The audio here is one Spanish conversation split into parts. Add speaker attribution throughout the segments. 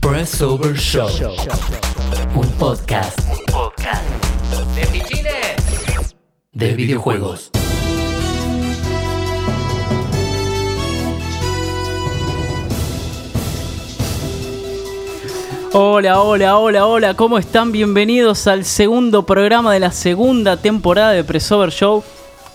Speaker 1: Crossover Show. Un podcast
Speaker 2: Podcast de Pichines.
Speaker 1: de videojuegos.
Speaker 3: Hola, hola, hola, hola, ¿cómo están? Bienvenidos al segundo programa de la segunda temporada de Pressover Show.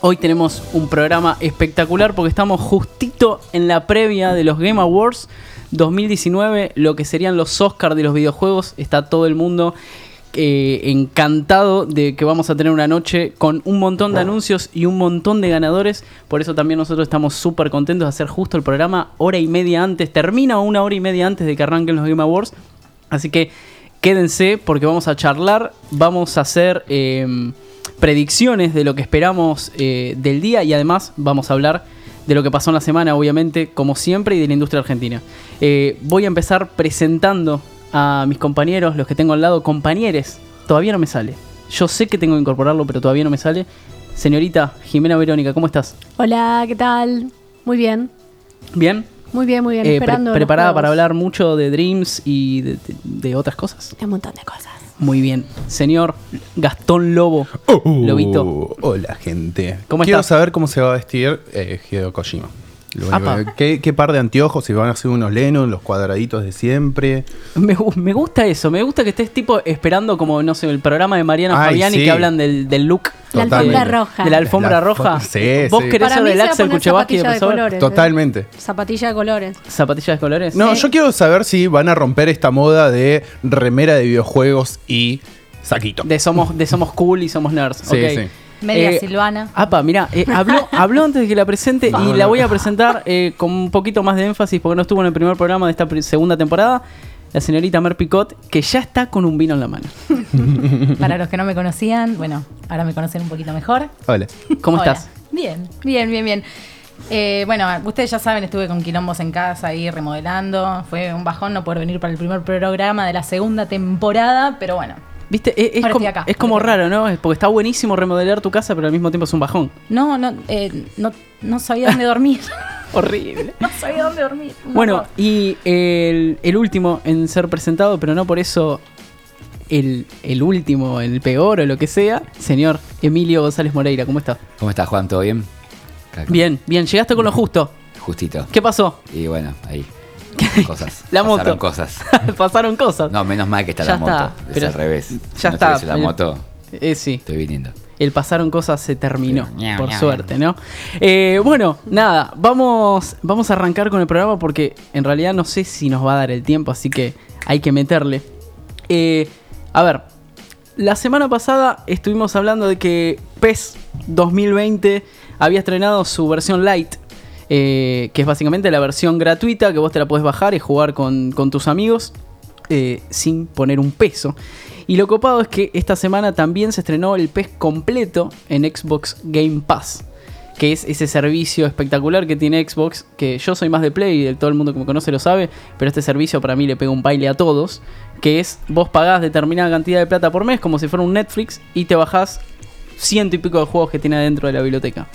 Speaker 3: Hoy tenemos un programa espectacular porque estamos justito en la previa de los Game Awards 2019, lo que serían los Oscars de los videojuegos. Está todo el mundo eh, encantado de que vamos a tener una noche con un montón de anuncios y un montón de ganadores. Por eso también nosotros estamos súper contentos de hacer justo el programa hora y media antes. Termina una hora y media antes de que arranquen los Game Awards. Así que quédense porque vamos a charlar, vamos a hacer eh, predicciones de lo que esperamos eh, del día y además vamos a hablar de lo que pasó en la semana, obviamente, como siempre, y de la industria argentina. Eh, voy a empezar presentando a mis compañeros, los que tengo al lado, compañeros. Todavía no me sale. Yo sé que tengo que incorporarlo, pero todavía no me sale. Señorita Jimena Verónica, ¿cómo estás?
Speaker 4: Hola, ¿qué tal? Muy bien,
Speaker 3: ¿Bien?
Speaker 4: muy bien, muy bien.
Speaker 3: Eh, pre-
Speaker 4: Esperando. los
Speaker 3: ¿Preparada
Speaker 4: juegos.
Speaker 3: para hablar mucho de Dreams y de- de- de otras cosas?
Speaker 4: De un montón de cosas.
Speaker 3: Muy bien. Señor Gastón Lobo.
Speaker 5: Uh,
Speaker 3: Lobito.
Speaker 5: Hola, gente.
Speaker 3: ¿Cómo
Speaker 5: Quiero
Speaker 3: estás?
Speaker 5: saber cómo se va a vestir eh, Hideo Kojima. Lo único
Speaker 3: Apa.
Speaker 5: que- ¿Qué, qué par de anteojos? Si van a hacer unos Lennon, los cuadraditos de siempre.
Speaker 3: Me, gu- me gusta eso. Me gusta que estés tipo esperando como, no sé, el programa de Mariana
Speaker 5: Ay,
Speaker 3: Fabiani
Speaker 5: sí.
Speaker 3: que hablan del, del look.
Speaker 4: La
Speaker 5: Totalmente.
Speaker 4: alfombra roja.
Speaker 3: De la alfombra
Speaker 5: La
Speaker 3: roja.
Speaker 5: alfom- sí,
Speaker 3: ¿Vos
Speaker 5: sí.
Speaker 3: querés ser
Speaker 4: mí
Speaker 3: el
Speaker 4: se va a
Speaker 3: Axel
Speaker 4: poner
Speaker 3: Kuchevaski de
Speaker 4: zapatilla de
Speaker 3: Pressover?
Speaker 4: colores.
Speaker 5: Totalmente.
Speaker 4: Zapatilla de colores.
Speaker 3: ¿Zapatillas de colores?
Speaker 5: No,
Speaker 4: ¿eh? Sí.
Speaker 5: yo quiero saber si van a romper esta moda de remera de videojuegos y saquito.
Speaker 3: De somos, de somos cool y somos nerds.
Speaker 5: Sí,
Speaker 3: ok.
Speaker 5: sí.
Speaker 6: Media
Speaker 3: Eh,
Speaker 6: Silvana.
Speaker 3: Apa, mira, habló, habló antes de que la presente y la voy a presentar eh, con un poquito más de énfasis porque no estuvo en el primer programa de esta pri- segunda temporada. La señorita Mer Picot, que ya está con un vino en la mano.
Speaker 6: Para los que no me conocían, bueno, ahora me conocen un poquito mejor.
Speaker 5: Hola.
Speaker 3: ¿Cómo
Speaker 6: Hola.
Speaker 3: estás?
Speaker 6: Bien, bien, bien, bien. Eh, bueno, ustedes ya saben, estuve con quilombos en casa ahí remodelando. Fue un bajón no poder venir para el primer programa de la segunda temporada, pero bueno.
Speaker 3: Viste, E- es,
Speaker 6: Ahora
Speaker 3: como,
Speaker 6: estoy acá.
Speaker 3: es como raro, ¿no? Es Porque está buenísimo remodelar tu casa, pero al mismo tiempo es un bajón.
Speaker 6: No, no, eh, no, no sabía dónde dormir.
Speaker 3: Horrible.
Speaker 6: no sabía dónde dormir.
Speaker 3: Bueno, y el, el último en ser presentado, pero no por eso el, el último, el peor o lo que sea, señor Emilio González Moreira, ¿cómo está?
Speaker 7: ¿Cómo estás, Juan? ¿Todo bien? Acá,
Speaker 3: Bien, bien, llegaste con lo justo.
Speaker 7: Justito.
Speaker 3: ¿Qué pasó?
Speaker 7: Y bueno, ahí. Cosas.
Speaker 3: La moto.
Speaker 7: Pasaron cosas.
Speaker 3: Pasaron cosas.
Speaker 7: No, menos mal que está
Speaker 3: Ya
Speaker 7: la moto.
Speaker 3: está,
Speaker 7: Es
Speaker 3: pero
Speaker 7: al revés.
Speaker 3: ya
Speaker 7: no
Speaker 3: está,
Speaker 7: estuviese la
Speaker 3: el-
Speaker 7: moto,
Speaker 3: Eh, sí.
Speaker 7: estoy viniendo.
Speaker 3: el pasaron cosas se terminó,
Speaker 7: Sí.
Speaker 3: por suerte, ¿no? Eh, bueno, nada, vamos, vamos a arrancar con el programa porque en realidad no sé si nos va a dar el tiempo, así que hay que meterle. Eh, a ver, la semana pasada estuvimos hablando de que PES 2020 había estrenado su versión Lite, eh, que es básicamente la versión gratuita que vos te la podés bajar y jugar con, con tus amigos eh, sin poner un peso. Y lo copado es que esta semana también se estrenó el PES completo en Xbox Game Pass. Que es ese servicio espectacular que tiene Xbox, que yo soy más de Play y todo el mundo que me conoce lo sabe, pero este servicio para mí le pega un baile a todos, que es vos pagás determinada cantidad de plata por mes, como si fuera un Netflix, y te bajás ciento y pico de juegos que tiene adentro de la biblioteca.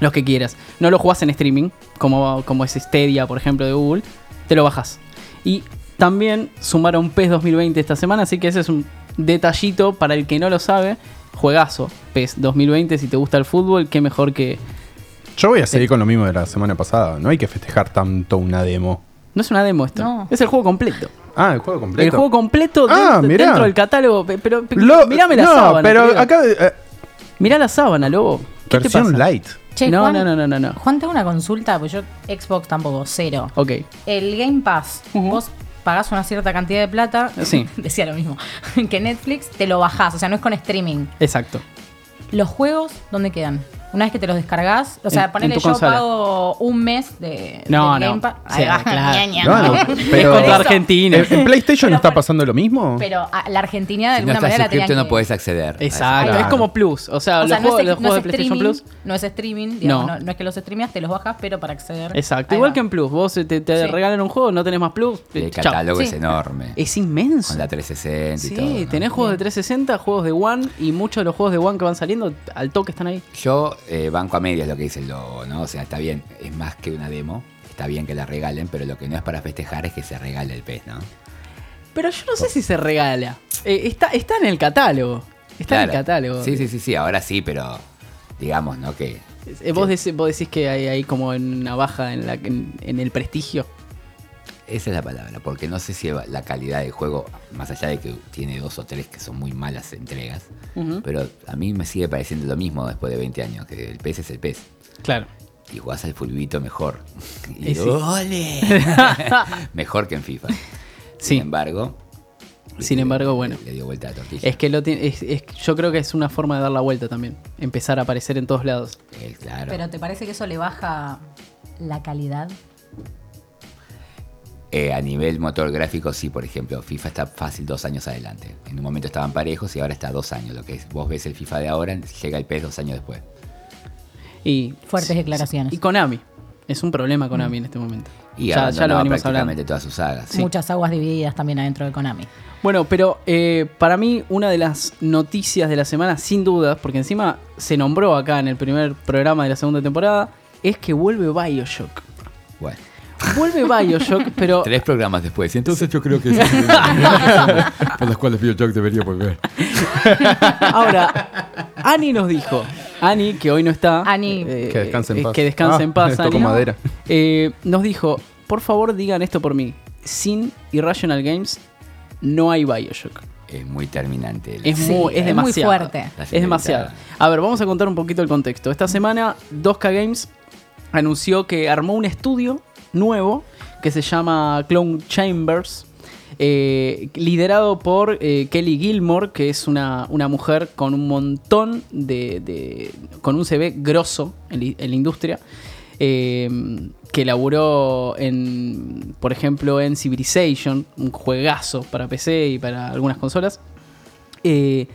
Speaker 3: Los que quieras. No lo jugás en streaming, como, como es Stadia, por ejemplo, de Google. Te lo bajás. Y también sumaron PES 2020 esta semana, así que ese es un detallito para el que no lo sabe. Juegazo, PES 2020, si te gusta el fútbol, qué mejor que...
Speaker 5: Yo voy a seguir con lo mismo de la semana pasada. No hay que festejar tanto una demo.
Speaker 3: No es una demo esto,
Speaker 6: No.
Speaker 3: es el juego completo.
Speaker 5: Ah, el juego completo.
Speaker 3: El juego completo
Speaker 5: Ah,
Speaker 3: dentro,
Speaker 5: mirá.
Speaker 3: dentro del catálogo, pe- pero pe-
Speaker 5: Lo-
Speaker 3: mirame la
Speaker 5: no,
Speaker 3: sábana.
Speaker 5: pero
Speaker 3: querido.
Speaker 5: acá. eh,
Speaker 3: Mirá la sábana, lobo. ¿Qué te
Speaker 5: versión
Speaker 3: pasa?
Speaker 5: light.
Speaker 6: Che,
Speaker 3: no,
Speaker 6: Juan,
Speaker 3: no, no, no, no, no.
Speaker 6: Juan, tengo una consulta, pues yo Xbox tampoco, cero.
Speaker 3: Ok.
Speaker 6: El Game Pass,
Speaker 3: Ujú.
Speaker 6: vos pagás una cierta cantidad de plata,
Speaker 3: Sí.
Speaker 6: decía lo mismo, que Netflix, te lo bajás, o sea, no es con streaming.
Speaker 3: Exacto.
Speaker 6: ¿Los juegos dónde quedan? Una vez que te los descargás, o sea,
Speaker 3: En-
Speaker 6: ponele
Speaker 3: en tu
Speaker 6: yo
Speaker 3: consola.
Speaker 6: pago un mes de,
Speaker 3: No,
Speaker 6: del
Speaker 3: no.
Speaker 6: Game Pass.
Speaker 3: Sí,
Speaker 6: Ahí va.
Speaker 3: claro.
Speaker 6: Ña, ña.
Speaker 5: No, no, pero-
Speaker 3: es contra
Speaker 6: Por eso.
Speaker 3: Argentina.
Speaker 5: ¿En, en PlayStation no está pasando lo mismo?
Speaker 6: Pero a la Argentina de
Speaker 7: Si no
Speaker 6: alguna
Speaker 7: estás
Speaker 6: manera la tenían
Speaker 7: suscripto, no
Speaker 6: que-
Speaker 7: podés acceder. a
Speaker 3: Exacto.
Speaker 5: Claro.
Speaker 3: Es como Plus. O sea,
Speaker 6: O
Speaker 3: Ah, los
Speaker 6: sea, no
Speaker 3: juegos,
Speaker 6: es,
Speaker 3: los
Speaker 6: no
Speaker 3: juegos
Speaker 6: es
Speaker 3: de PlayStation
Speaker 6: streaming,
Speaker 3: Plus.
Speaker 6: no es streaming, digamos,
Speaker 3: No.
Speaker 6: no. no es que los streameas, te los bajas, pero para acceder.
Speaker 3: Exacto.
Speaker 6: Ahí
Speaker 3: Igual
Speaker 6: va.
Speaker 3: que en Plus. Vos eh, te, te
Speaker 6: Sí.
Speaker 3: regalan un juego, no tenés más Plus.
Speaker 7: Y
Speaker 3: eh,
Speaker 7: El
Speaker 3: chao.
Speaker 7: catálogo
Speaker 6: Sí.
Speaker 7: es enorme.
Speaker 3: Es inmenso.
Speaker 7: Con la 360 y
Speaker 3: Sí,
Speaker 7: todo. ¿no?
Speaker 3: tenés juegos de 360, juegos de One y muchos de los juegos de One que van saliendo al toque están ahí.
Speaker 7: Yo eh, banco a medias lo que dice el lobo, ¿no? O sea, está bien, es más que una demo. Está bien que la regalen, pero lo que no es para festejar es que se regale el pez, ¿no?
Speaker 3: Pero yo no sé si se regala. Eh, está, está en el catálogo. Está en el
Speaker 7: Claro.
Speaker 3: catálogo.
Speaker 7: Sí, sí, sí, sí, ahora sí, pero digamos, ¿no? Que
Speaker 3: Eh, vos, dec- vos decís que hay, hay como una baja en, la, en, en el prestigio.
Speaker 7: esa es la palabra, porque no sé si va- la calidad del juego, más allá de que tiene dos o tres que son muy malas entregas,
Speaker 3: Ujú.
Speaker 7: pero a mí me sigue pareciendo lo mismo después de 20 años, que el pez es el pez.
Speaker 3: Claro.
Speaker 7: Y jugás al fulbito mejor.
Speaker 3: Y
Speaker 7: Y
Speaker 3: sí.
Speaker 7: ¡Ole! mejor que en FIFA.
Speaker 3: Sí.
Speaker 7: Sin embargo. este,
Speaker 3: Sin embargo, bueno.
Speaker 7: Le dio vuelta a la tortilla.
Speaker 3: Es que lo tiene, es- es- yo creo que es una forma de dar la vuelta también. Empezar a aparecer en todos lados.
Speaker 7: Eh, claro.
Speaker 6: Pero ¿te parece que eso le baja la calidad?
Speaker 7: Eh, a nivel motor gráfico, sí, por ejemplo, FIFA está fácil dos años adelante. En un momento estaban parejos y ahora está dos años. Lo que es, vos ves el FIFA de ahora, llega el PES dos años después.
Speaker 3: Y,
Speaker 6: Fuertes declaraciones. Mm.
Speaker 3: Y Konami. Es un problema Konami en este momento.
Speaker 7: Y
Speaker 3: ya, ya lo
Speaker 7: abandonó
Speaker 3: venimos
Speaker 7: prácticamente
Speaker 3: hablando.
Speaker 7: todas sus sagas.
Speaker 3: Sí.
Speaker 6: Muchas aguas divididas también adentro de Konami.
Speaker 3: Bueno, pero eh, para mí una de las noticias de la semana, sin duda, porque encima se nombró acá en el primer programa de la segunda temporada, es que vuelve Bioshock.
Speaker 7: Bueno,
Speaker 3: Vuelve Bioshock, pero
Speaker 7: tres programas después. Entonces yo creo que
Speaker 8: por las cuales Bioshock debería volver.
Speaker 3: Ahora, Ani nos dijo, Ani, que hoy no está.
Speaker 6: Ani.
Speaker 5: Que descanse en
Speaker 3: eh,
Speaker 5: paz.
Speaker 3: Que descanse
Speaker 5: Ah,
Speaker 3: en paz,
Speaker 5: toco
Speaker 3: Ani.
Speaker 5: madera.
Speaker 3: Eh, nos dijo, por favor digan esto por mí. Sin Irrational Games no hay Bioshock.
Speaker 7: es muy terminante. el-
Speaker 3: Es,
Speaker 6: Sí,
Speaker 3: muy, es
Speaker 6: es muy
Speaker 3: demasiado.
Speaker 6: fuerte.
Speaker 7: La
Speaker 3: Es demasiado. A ver, vamos a contar un poquito el contexto. Esta semana, 2K Games anunció que armó un estudio nuevo que se llama Clone Chambers, eh, liderado por eh, Kelly Gilmore, que es una, una mujer con un montón de, de- con un CV grosso en, li- en la industria. eh, que laburó en, por ejemplo, en Civilization, un juegazo para PC y para algunas consolas. Eh,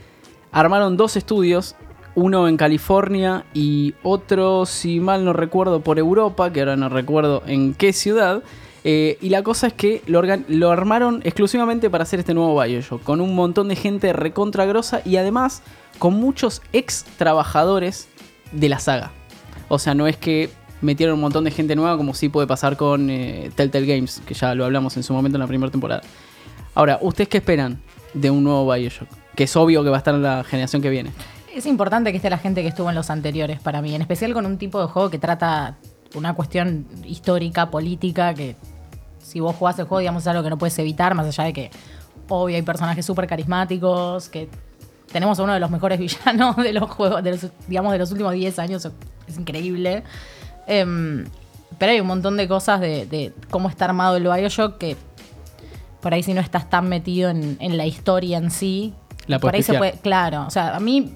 Speaker 3: armaron dos estudios, uno en California y otro, si mal no recuerdo, por Europa, que ahora no recuerdo en qué ciudad. Eh, y la cosa es que lo, organ- lo armaron exclusivamente para hacer este nuevo Bioshock, con un montón de gente recontra grosa y además con muchos ex trabajadores de la saga. O sea, no es que metieron un montón de gente nueva como sí puede pasar con eh, Telltale Games, que ya lo hablamos en su momento en la primera temporada. Ahora, ¿ustedes qué esperan de un nuevo Bioshock? Que es obvio que va a estar en la generación que viene.
Speaker 6: Es importante que esté la gente que estuvo en los anteriores para mí, en especial con un tipo de juego que trata una cuestión histórica, política, que si vos jugás el juego, digamos, es algo que no puedes evitar, más allá de que, obvio, hay personajes súper carismáticos, que tenemos a uno de los mejores villanos de los juegos, de los, digamos, de los últimos 10 años, es increíble. Em, pero hay un montón de cosas de, de cómo está armado el Bioshock que por ahí si no estás tan metido en, en la historia en sí,
Speaker 3: La
Speaker 6: por ahí
Speaker 3: podés
Speaker 6: se
Speaker 3: pifiar.
Speaker 6: puede, claro, o sea, a mí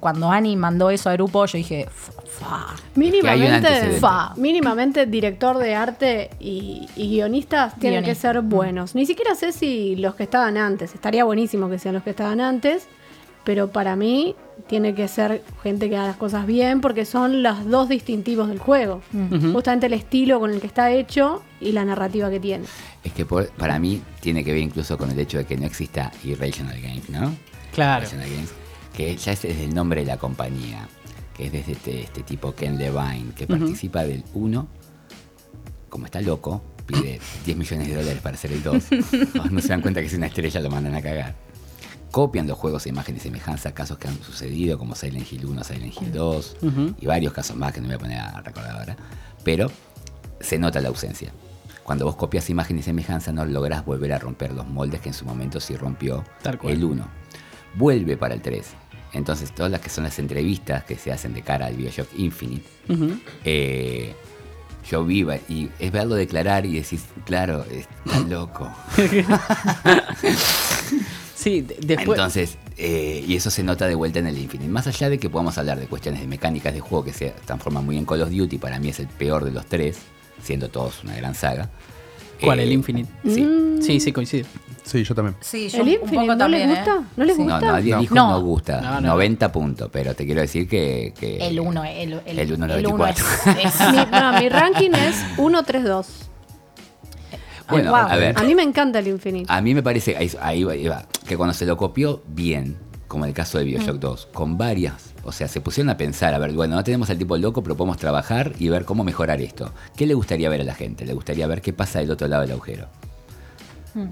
Speaker 6: cuando Ani mandó eso a grupo, yo dije, "F- fa".
Speaker 7: antecedente.
Speaker 4: Mínimamente,
Speaker 6: Fa.
Speaker 4: mínimamente director de arte y, y guionistas tienen que
Speaker 6: Guionista.
Speaker 4: ser buenos. Ni siquiera sé si los que estaban antes. Estaría buenísimo que sean los que estaban antes, pero para mí tiene que ser gente que haga las cosas bien porque son los dos distintivos del juego. Justamente el estilo con el que está hecho y la narrativa que tiene.
Speaker 7: Es que por- para mí tiene que ver incluso con el hecho de que no exista Irrational Games, ¿no?
Speaker 3: Claro.
Speaker 7: Irrational Games, que ya es desde el nombre de la compañía, que es desde este, este tipo Ken Levine, que participa del 1, como está loco, pide 10 millones de dólares para hacer el 2. no se dan cuenta que es una estrella, lo mandan a cagar. Copian los juegos de imagen y semejanza, casos que han sucedido como Silent Hill 1, Silent Hill 2 y varios casos más que no me voy a poner a recordar ahora. Pero se nota la ausencia. Cuando vos copias imagen y semejanza no lográs volver a romper los moldes que en su momento sí rompió
Speaker 3: Tal cual.
Speaker 7: el 1. Vuelve para el 3. Entonces todas las que son las entrevistas que se hacen de cara al Bioshock Infinite, eh, yo viva y es verlo declarar y decís, claro, está loco.
Speaker 3: Sí, de- después.
Speaker 7: Entonces, eh, y eso se nota de vuelta en el Infinite. Más allá de que podamos hablar de cuestiones de mecánicas de juego que se transforman muy en Call of Duty, para mí es el peor de los tres, siendo todos una gran saga.
Speaker 3: ¿Cuál?
Speaker 7: Eh,
Speaker 3: El Infinite.
Speaker 7: Sí.
Speaker 3: Sí, sí, coincido.
Speaker 5: Sí, yo también.
Speaker 6: Sí,
Speaker 4: ¿El Infinite no les gusta?
Speaker 6: ¿eh?
Speaker 4: ¿No les
Speaker 6: Sí.
Speaker 4: gusta?
Speaker 7: No, nadie
Speaker 5: No.
Speaker 7: dijo
Speaker 6: No.
Speaker 7: no, gusta.
Speaker 3: No, no.
Speaker 7: 90 puntos, pero te quiero decir que. que-
Speaker 6: El 1, el 1
Speaker 7: Eh, El uno, el
Speaker 6: es,
Speaker 7: 24.
Speaker 6: es-
Speaker 4: mi, no, mi ranking es 1-3-2.
Speaker 7: Bueno,
Speaker 6: Wow.
Speaker 7: a ver.
Speaker 4: A mí me encanta el infinito.
Speaker 7: A mí me parece, ahí, ahí va- ahí va, que cuando se lo copió bien, como el caso de Bioshock 2, con varias, o sea, se pusieron a pensar, a ver, bueno, no tenemos al tipo loco, pero podemos trabajar y ver cómo mejorar esto. ¿Qué le gustaría ver a la gente? Le gustaría ver qué pasa del otro lado del agujero.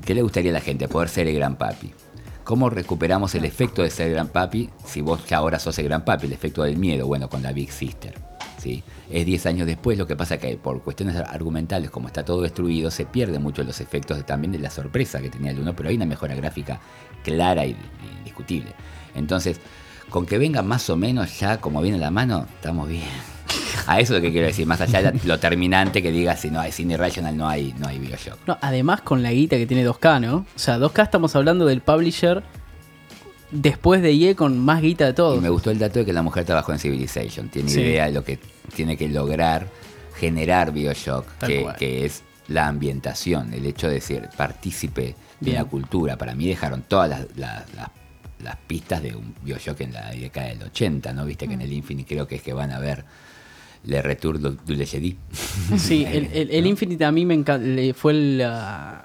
Speaker 7: ¿Qué le gustaría a la gente? Poder ser el gran papi. ¿Cómo recuperamos el efecto de ser el gran papi si vos ya ahora sos el gran papi? El efecto del miedo, bueno, con la Big Sister. ¿sí? Es 10 años después, lo que pasa que por cuestiones argumentales, como está todo destruido, se pierden mucho los efectos de- también de la sorpresa que tenía el uno, pero hay una mejora gráfica clara y y indiscutible. Entonces, con que venga más o menos ya como viene la mano, estamos bien. A eso es lo que quiero decir, más allá de la- lo terminante que diga si no hay sin Irrational no hay, no hay Bioshock.
Speaker 3: No, además con la guita que tiene 2K, ¿no? O sea, 2K estamos hablando del publisher después de IE con más guita de
Speaker 7: Y
Speaker 3: todo.
Speaker 7: me gustó el dato de que la mujer trabajó en Civilization. Tiene
Speaker 3: Sí.
Speaker 7: idea de lo que tiene que lograr generar Bioshock,
Speaker 3: Tal
Speaker 7: que,
Speaker 3: cual.
Speaker 7: que es la ambientación, el hecho de ser partícipe de
Speaker 3: Bien.
Speaker 7: la cultura. Para mí dejaron todas las, las- las- las pistas de un Bioshock en la década del 80, ¿no? Viste que
Speaker 3: Mm.
Speaker 7: en el Infinite creo que es que van a ver Le Retour du du Jedi.
Speaker 3: Sí, el, el- el Infinite a mí me encanta, fue el, ah,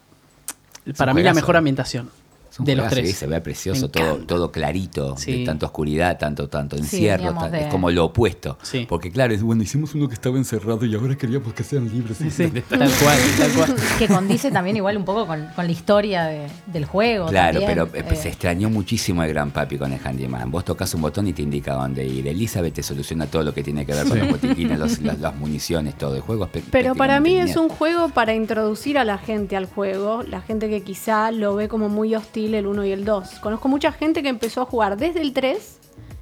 Speaker 3: para
Speaker 7: un
Speaker 3: mí la
Speaker 7: juegazo.
Speaker 3: mejor ambientación
Speaker 7: Es un
Speaker 3: de los
Speaker 7: juegazo,
Speaker 3: tres.
Speaker 7: ¿eh? Se ve
Speaker 3: Me
Speaker 7: precioso, todo,
Speaker 3: encanta.
Speaker 7: todo clarito,
Speaker 3: Sí.
Speaker 7: de tanta oscuridad, tanto, tanto
Speaker 6: Sí,
Speaker 7: encierro,
Speaker 6: veníamos
Speaker 7: tan-
Speaker 6: de-
Speaker 7: es como lo opuesto.
Speaker 3: Sí.
Speaker 7: Porque claro,
Speaker 8: Claro, es bueno, hicimos uno que estaba encerrado y ahora queríamos que sean libres.
Speaker 3: Sí, tal cual, tal cual.
Speaker 6: Que condice también igual un poco con, con la historia de- del juego.
Speaker 7: Claro,
Speaker 6: también,
Speaker 7: pero eh,
Speaker 6: eh,
Speaker 7: se extrañó muchísimo el gran papi con el handyman. Vos tocas un botón y te indica dónde ir. Elizabeth te soluciona todo lo que tiene que ver con los botiquines, los- las, las municiones, todo el juego. es pe-
Speaker 4: Pero para mí
Speaker 7: prácticamente
Speaker 4: es un juego para introducir a la gente al juego, la gente que quizá lo ve como muy hostil el 1 y el 2. Conozco mucha gente que empezó a jugar desde el 3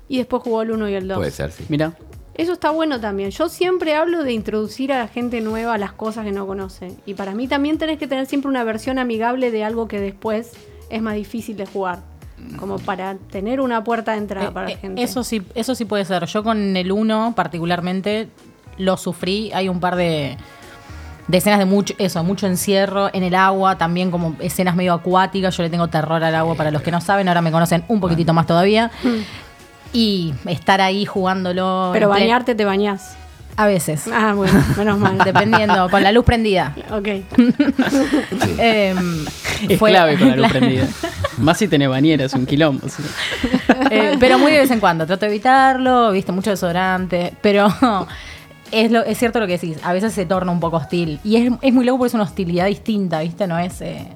Speaker 4: y después jugó el 1 y el 2.
Speaker 7: lineal. Puede ser, sí.
Speaker 3: Mira,
Speaker 4: Eso está bueno también. Yo siempre hablo de introducir a la gente nueva a las cosas que no conoce. Y para mí también tenés que tener siempre una versión amigable de algo que después es más difícil de jugar. Como para tener una puerta de entrada para
Speaker 6: eh,
Speaker 4: la gente.
Speaker 6: Eso sí, eso sí puede ser. Yo con el 1 particularmente lo sufrí. Hay un par de, de escenas de mucho, eso, mucho encierro en el agua, también como escenas medio acuáticas. Yo le tengo terror al agua para los que no saben, ahora me conocen un poquitito más todavía. Y estar ahí jugándolo.
Speaker 4: Hmm. Pero
Speaker 6: en plen-
Speaker 4: bañarte te bañás.
Speaker 6: A veces.
Speaker 4: Ah, bueno, menos mal.
Speaker 6: Dependiendo, con la luz prendida.
Speaker 4: ok.
Speaker 6: Em,
Speaker 3: es
Speaker 6: fue-
Speaker 3: clave con la luz prendida. Más si tenés bañera, es un quilombo. sí.
Speaker 6: Eh, pero muy de vez en cuando. Trato de evitarlo, viste, mucho desodorante. Pero es, lo, es cierto lo que decís. A veces se torna un poco hostil. Y es, es muy loco porque es una hostilidad distinta, viste, no es. eh,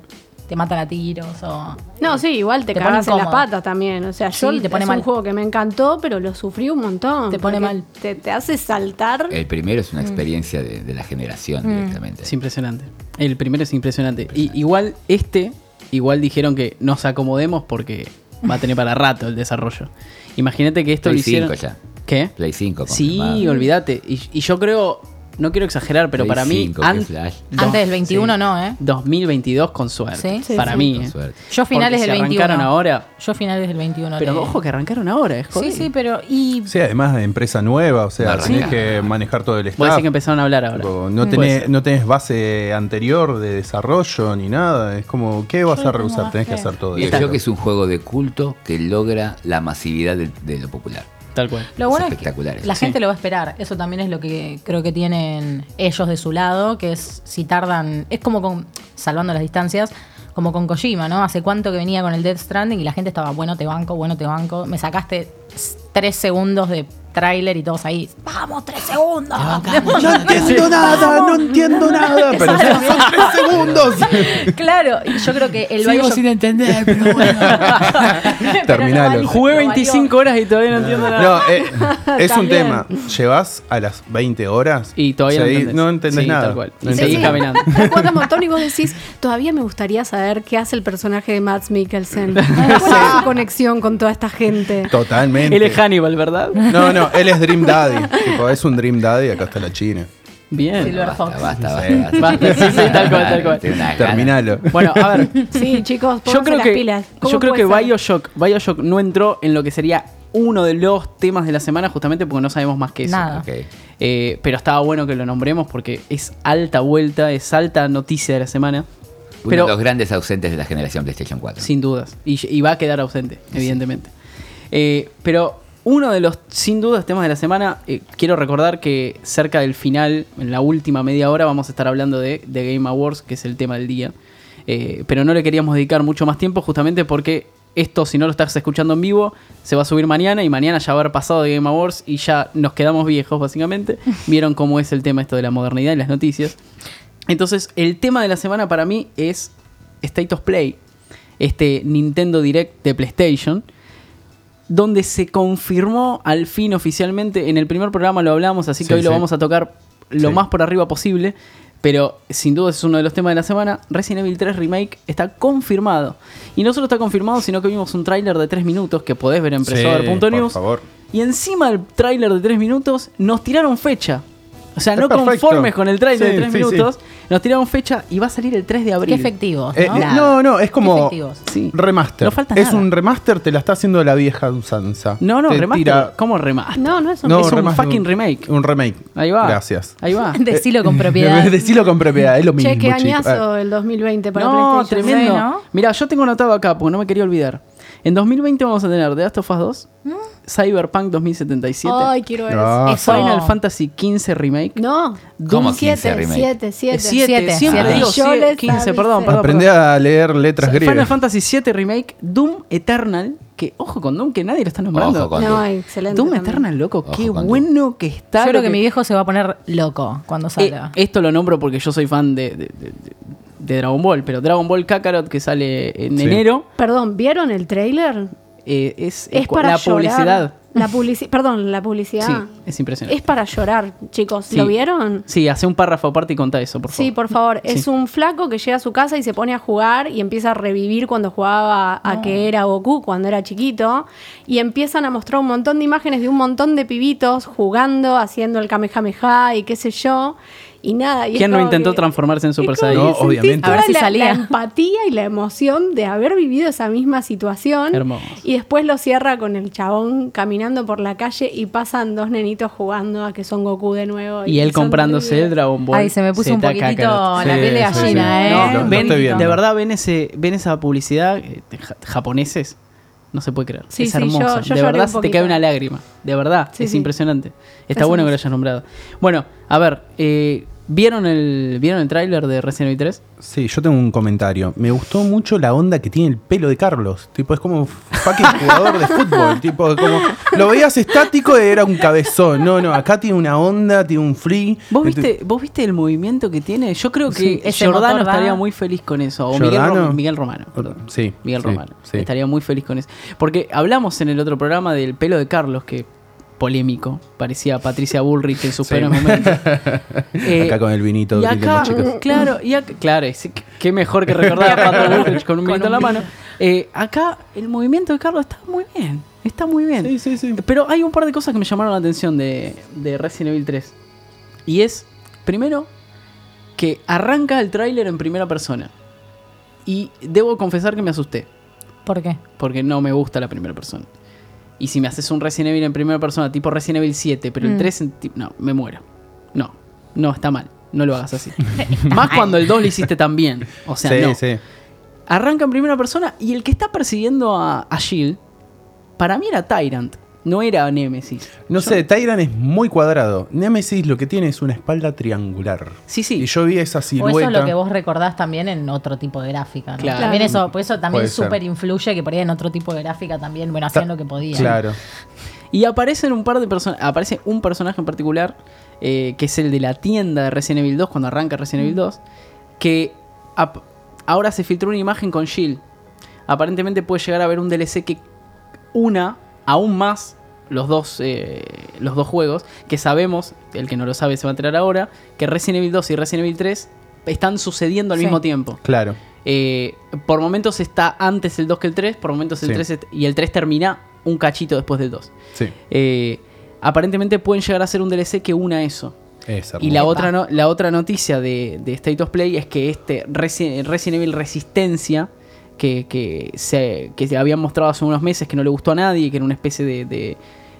Speaker 6: te matan a tiros o.
Speaker 4: No, sí, igual te,
Speaker 6: Te pone
Speaker 4: cagas en las
Speaker 6: incómodo.
Speaker 4: patas también. O sea, yo
Speaker 6: Sí, te pone
Speaker 4: es
Speaker 6: mal.
Speaker 4: un juego que me encantó, pero lo sufrí un montón.
Speaker 6: Te pone
Speaker 4: porque
Speaker 6: mal.
Speaker 4: Te, te hace saltar.
Speaker 3: Eh,
Speaker 7: El primero es una experiencia de, de la generación directamente.
Speaker 3: Es impresionante. El primero es impresionante. Y igual este, igual dijeron que nos acomodemos porque va a tener para rato el desarrollo. Imagínate que esto
Speaker 7: Play
Speaker 3: lo hicieron.
Speaker 7: 5 ya.
Speaker 3: ¿Qué?
Speaker 7: Play 5.
Speaker 3: Sí,
Speaker 7: confirmado.
Speaker 3: olvídate. Y, y yo creo, no quiero exagerar, pero
Speaker 7: Play
Speaker 3: para mí.
Speaker 7: 5,
Speaker 3: an-
Speaker 7: qué flash.
Speaker 3: dos-
Speaker 6: Antes del 21
Speaker 3: sí.
Speaker 6: no, ¿eh?
Speaker 3: 2022 con suerte.
Speaker 6: Sí, sí,
Speaker 3: para
Speaker 6: sí.
Speaker 3: mí.
Speaker 7: Con
Speaker 3: ¿eh?
Speaker 7: suerte.
Speaker 6: Yo finales
Speaker 3: Porque
Speaker 6: del
Speaker 3: si
Speaker 6: 21.
Speaker 3: arrancaron ahora.
Speaker 6: Yo finales del 21. le-
Speaker 3: Pero ojo que arrancaron ahora, es
Speaker 6: Sí,
Speaker 3: jodido.
Speaker 6: sí, pero. Y
Speaker 5: Sí, además de empresa nueva, o sea,
Speaker 7: No,
Speaker 5: tenés
Speaker 7: sí.
Speaker 5: que manejar todo el
Speaker 3: Vos
Speaker 5: staff.
Speaker 3: decís que empezaron a hablar ahora.
Speaker 5: Tipo, no,
Speaker 3: Mm. Puede
Speaker 5: tenés,
Speaker 3: ser.
Speaker 5: no tenés base anterior de desarrollo ni nada. Es como, ¿qué vas
Speaker 6: Yo
Speaker 5: a
Speaker 6: tengo
Speaker 5: rehusar? Tenés que
Speaker 6: base.
Speaker 5: hacer todo. de
Speaker 7: Bioshock
Speaker 5: cero.
Speaker 7: es un juego de culto que logra la masividad de, de lo popular.
Speaker 3: Tal cual.
Speaker 6: Lo bueno es,
Speaker 7: espectacular
Speaker 6: que
Speaker 7: eso.
Speaker 6: la
Speaker 3: Sí.
Speaker 6: gente lo va a esperar. Eso también es lo que creo que tienen ellos de su lado, que es si tardan, es como con, salvando las distancias, como con Kojima, ¿no? Hace cuánto que venía con el Death Stranding y la gente estaba, bueno, te banco, bueno, te banco. Me sacaste s- tres segundos de tráiler y todos ahí, vamos, tres segundos.
Speaker 5: No entiendo nada, no entiendo nada. Pero son tres segundos.
Speaker 6: claro, y yo creo que el
Speaker 7: Sigo
Speaker 6: Bioshock-
Speaker 7: sin entender, pero bueno.
Speaker 6: Pero lo
Speaker 5: Terminalo.
Speaker 6: valió,
Speaker 3: Jugué
Speaker 6: lo valió.
Speaker 3: 25 horas y todavía no entiendo nada.
Speaker 5: No, eh, es un
Speaker 4: También.
Speaker 5: tema. Llevas a las 20 horas
Speaker 3: Y todavía no
Speaker 5: seguí-
Speaker 3: entendés. Sí,
Speaker 5: nada.
Speaker 3: tal cual.
Speaker 5: No
Speaker 3: Y
Speaker 5: entendés
Speaker 3: seguís
Speaker 5: nada.
Speaker 3: caminando.
Speaker 4: Te cuesta un montón y vos decís, todavía me gustaría saber qué hace el personaje de Mads Mikkelsen. ¿Cuál es su conexión con toda esta gente?
Speaker 5: Totalmente.
Speaker 3: Él es Hannibal, ¿verdad?
Speaker 5: No, no, él es Dream Daddy. Tipo, es un Dream Daddy, acá está la China.
Speaker 3: Bien.
Speaker 6: Silver
Speaker 7: Basta,
Speaker 6: Fox.
Speaker 7: basta, basta,
Speaker 5: Sí.
Speaker 7: basta.
Speaker 3: Basta, Eh. sí, sí, tal cual, tal cual.
Speaker 7: Tiene una gana.
Speaker 5: Terminalo.
Speaker 3: Bueno, a ver.
Speaker 4: Sí, chicos,
Speaker 3: Yo creo
Speaker 4: las
Speaker 3: que,
Speaker 4: pilas. ¿Cómo
Speaker 3: yo creo que
Speaker 4: puede ser?
Speaker 3: Bioshock, Bioshock no entró en lo que sería uno de los temas de la semana justamente porque no sabemos más que eso.
Speaker 6: Nada.
Speaker 7: Ok.
Speaker 3: Eh, pero estaba bueno que lo nombremos porque es alta vuelta, es alta noticia de la semana.
Speaker 7: Uno
Speaker 3: Pero
Speaker 7: de los grandes ausentes de la generación PlayStation 4.
Speaker 3: sin dudas. Y, y va a quedar ausente, evidentemente. Eh, pero uno de los, sin dudas, temas de la semana, eh, quiero recordar que cerca del final, en la última media hora, vamos a estar hablando de, de Game Awards, que es el tema del día. Eh, pero no le queríamos dedicar mucho más tiempo justamente porque esto, si no lo estás escuchando en vivo, se va a subir mañana y mañana ya va a haber pasado de Game Awards y ya nos quedamos viejos, básicamente. Vieron cómo es el tema esto de la modernidad y las noticias. Entonces, el tema de la semana para mí es State of Play, este Nintendo Direct de PlayStation, donde se confirmó al fin oficialmente, en el primer programa lo hablamos, así que
Speaker 5: Sí,
Speaker 3: hoy lo
Speaker 5: sí.
Speaker 3: vamos a tocar lo
Speaker 5: Sí.
Speaker 3: más por arriba posible, pero sin duda es uno de los temas de la semana, Resident Evil 3 Remake está confirmado. Y no solo está confirmado, sino que vimos un tráiler de 3 minutos que podés ver en
Speaker 5: Sí,
Speaker 3: presover.news.
Speaker 5: por favor.
Speaker 3: Y encima del tráiler de 3 minutos nos tiraron fecha. O sea,
Speaker 5: Es
Speaker 3: no
Speaker 5: perfecto.
Speaker 3: conformes con el tráiler
Speaker 5: Sí,
Speaker 3: de 3
Speaker 5: sí, sí.
Speaker 3: minutos, nos tiraron fecha y va a salir el 3 de
Speaker 6: Qué
Speaker 3: abril.
Speaker 6: efectivos,
Speaker 5: Eh,
Speaker 6: ¿no?
Speaker 5: no, no, es como
Speaker 6: Efectivos.
Speaker 3: Sí.
Speaker 5: remaster.
Speaker 3: No falta
Speaker 5: es
Speaker 3: nada.
Speaker 5: un remaster, te la está haciendo la vieja usanza.
Speaker 3: No, no,
Speaker 5: Te
Speaker 3: remaster.
Speaker 5: tira-
Speaker 3: ¿Cómo remaster?
Speaker 4: No, no es un
Speaker 5: No,
Speaker 3: es un
Speaker 5: remaster,
Speaker 3: fucking remake.
Speaker 5: Un remake.
Speaker 3: Ahí va.
Speaker 5: Gracias.
Speaker 3: Ahí va.
Speaker 6: Decilo con propiedad.
Speaker 5: Decilo con propiedad, es lo mismo.
Speaker 4: Che, qué
Speaker 5: chico.
Speaker 4: añazo el 2020 para
Speaker 3: no,
Speaker 4: PlayStation. ¿eh?
Speaker 3: tremendo.
Speaker 6: Sí, ¿no?
Speaker 3: Mira, yo tengo anotado acá porque no me quería olvidar. En 2020 vamos a tener The Last of Us 2, Cyberpunk 2077,
Speaker 4: ¿Mm? Ay, quiero ver
Speaker 5: Ah,
Speaker 6: Eso.
Speaker 3: Final Fantasy XV Remake.
Speaker 4: No,
Speaker 7: ¿Cómo
Speaker 4: 7,
Speaker 7: 15 remake?
Speaker 4: 7, 7.
Speaker 3: Eh, siete,
Speaker 6: Siete,
Speaker 3: siempre
Speaker 7: siete.
Speaker 3: digo
Speaker 4: Yo
Speaker 3: siete,
Speaker 4: les
Speaker 3: 15,
Speaker 4: avisé.
Speaker 3: perdón, perdón.
Speaker 5: Aprende
Speaker 3: perdón.
Speaker 5: a leer letras
Speaker 3: Final
Speaker 5: griegas.
Speaker 3: Fantasy VII Remake, Doom Eternal, que ojo con Doom, que nadie lo está nombrando.
Speaker 7: Ojo con
Speaker 4: No,
Speaker 7: Doom.
Speaker 4: excelente.
Speaker 3: Doom
Speaker 4: también.
Speaker 3: Eternal, loco,
Speaker 7: Ojo
Speaker 3: qué
Speaker 7: con Doom.
Speaker 3: bueno que está.
Speaker 6: Yo
Speaker 3: lo
Speaker 6: creo que mi viejo se va a poner loco cuando
Speaker 3: Eh,
Speaker 6: salga.
Speaker 3: esto lo nombro porque yo soy fan de, de- de- de Dragon Ball, pero Dragon Ball Kakarot que sale en
Speaker 5: Sí.
Speaker 3: enero
Speaker 4: Perdón, ¿vieron el tráiler?
Speaker 3: eh, es,
Speaker 4: Es
Speaker 3: es
Speaker 4: para
Speaker 3: la
Speaker 4: llorar.
Speaker 3: publicidad.
Speaker 4: La publici perdón, la publicidad.
Speaker 3: Sí, es impresionante.
Speaker 4: Es para llorar, chicos.
Speaker 3: Sí.
Speaker 4: ¿Lo vieron?
Speaker 3: Sí, hace un párrafo aparte y contá eso, por favor.
Speaker 4: Sí, por favor. Es
Speaker 3: Sí.
Speaker 4: un flaco que llega a su casa y se pone a jugar y empieza a revivir cuando jugaba a que era Goku cuando era chiquito. Y empiezan a mostrar un montón de imágenes de un montón de pibitos jugando, haciendo el kamehameha y qué sé yo. Y nada. Y es
Speaker 3: ¿Quién no
Speaker 4: como
Speaker 3: intentó
Speaker 4: que-
Speaker 3: transformarse en Super
Speaker 4: es como
Speaker 3: Saiyan?
Speaker 5: No,
Speaker 4: que sentís
Speaker 5: obviamente.
Speaker 4: toda
Speaker 6: A ver si
Speaker 4: la-
Speaker 6: salía.
Speaker 4: La empatía y la emoción de haber vivido esa misma situación.
Speaker 3: Hermoso.
Speaker 4: Y después lo cierra con el chabón caminando por la calle y pasan dos nenitos jugando a que son Goku de nuevo.
Speaker 3: Y él
Speaker 4: que son
Speaker 3: comprándose el
Speaker 4: terribles.
Speaker 3: Dragon Ball.
Speaker 6: Ay, se me puso un
Speaker 3: Z
Speaker 6: poquitito
Speaker 3: Kakarot.
Speaker 6: la
Speaker 5: Sí,
Speaker 6: piel de
Speaker 5: sí,
Speaker 6: gallina,
Speaker 5: sí.
Speaker 6: ¿eh?
Speaker 5: No, lo- lo estoy viendo.
Speaker 3: De verdad, ven, ese, ven esa publicidad eh, de ja- japoneses. No se puede creer.
Speaker 4: Sí,
Speaker 3: es
Speaker 4: sí,
Speaker 3: hermosa.
Speaker 4: yo- yo
Speaker 3: de
Speaker 4: lloré
Speaker 3: verdad
Speaker 4: un
Speaker 3: se te
Speaker 4: poquito.
Speaker 3: cae una lágrima. De verdad.
Speaker 4: Sí,
Speaker 3: es
Speaker 4: sí.
Speaker 3: impresionante. Está
Speaker 4: Es
Speaker 3: bueno que lo
Speaker 4: hermoso.
Speaker 3: hayas nombrado. Bueno, a ver. eh, ¿Vieron el, ¿vieron el tráiler de Resident Evil 3?
Speaker 5: Sí, yo tengo un comentario. Me gustó mucho la onda que tiene el pelo de Carlos. Tipo, es como un fucking jugador de fútbol. Tipo, como lo veías estático y era un cabezón. No, no, acá tiene una onda, tiene un free.
Speaker 3: ¿Vos viste, ¿Vos viste el movimiento que tiene? Yo creo que
Speaker 6: Sí, ese
Speaker 3: Giordano
Speaker 6: motor da-
Speaker 3: estaría muy feliz con eso. O Miguel,
Speaker 5: ¿Giordano?
Speaker 3: Rom- Miguel Romano. perdón.
Speaker 5: Sí,
Speaker 3: Miguel
Speaker 5: sí,
Speaker 3: Romano.
Speaker 5: sí.
Speaker 3: Estaría muy feliz con eso. Porque hablamos en el otro programa del pelo de Carlos, que polémico. Parecía a Patricia Bullrich en sus
Speaker 5: Sí.
Speaker 3: peores momentos. Eh,
Speaker 5: acá con el vinito.
Speaker 3: y
Speaker 5: que
Speaker 3: acá,
Speaker 5: tenemos, chicos.
Speaker 3: claro, y acá- claro, y sí, qué- qué mejor que recordar a Pato Bullrich con un
Speaker 6: Con
Speaker 3: vinito en
Speaker 6: un
Speaker 3: la mano. Eh, acá el movimiento de Carlos está muy bien, está muy
Speaker 6: mm,
Speaker 3: bien. Pero hay un par de cosas que me llamaron la atención de, de Resident Evil 3. Y es, primero, que arranca el tráiler en primera persona. Y debo confesar que me asusté,
Speaker 6: ¿Por qué?
Speaker 3: porque no me gusta la primera persona. Y si me haces un Resident Evil en primera persona, tipo Resident Evil 7, pero el
Speaker 6: Mm.
Speaker 3: 3 en ti- No, me muero. No, no, está mal. No lo hagas así. Más cuando el 2 lo hiciste también. O sea,
Speaker 5: sí,
Speaker 3: no.
Speaker 5: sí.
Speaker 3: Arranca en primera persona y el que está persiguiendo a, a Jill, para mí era Tyrant, no era Nemesis.
Speaker 5: No sé, Tyran es muy cuadrado. Nemesis lo que tiene es una espalda triangular.
Speaker 3: Sí, sí.
Speaker 5: Y yo vi esa
Speaker 6: O
Speaker 5: silueta.
Speaker 6: eso es lo que vos recordás también en otro tipo de gráfica. ¿no?
Speaker 3: Claro.
Speaker 6: También eso, por eso también
Speaker 5: Puede ser.
Speaker 6: súper influye que por ahí en otro tipo de gráfica también, bueno,
Speaker 5: Ta-
Speaker 6: hacían lo que podían.
Speaker 5: Claro.
Speaker 3: Y aparecen un par de personas. Aparece un personaje en particular. eh, que es el de la tienda de Resident Evil 2. Cuando arranca Resident Evil 2. Que ap- ahora se filtró una imagen con Jill. Aparentemente puede llegar a haber un DLC que una aún más los dos, eh, los dos juegos. Que sabemos, el que no lo sabe se va a enterar ahora. Que Resident Evil 2 y Resident Evil 3 están sucediendo al
Speaker 6: Sí.
Speaker 3: mismo tiempo.
Speaker 5: Claro.
Speaker 3: Eh, por momentos está antes el 2 que el 3. Por momentos el
Speaker 5: Sí.
Speaker 3: 3 est- y el 3 termina un cachito después del 2.
Speaker 5: Sí.
Speaker 3: Eh, aparentemente pueden llegar a ser un DLC que una eso.
Speaker 5: Es
Speaker 3: Y la otra, no- la otra noticia de, de State of Play es que este Resi- Resident Evil Resistencia, que, que se, que se habían mostrado hace unos meses, que no le gustó a nadie, que era una especie de, de-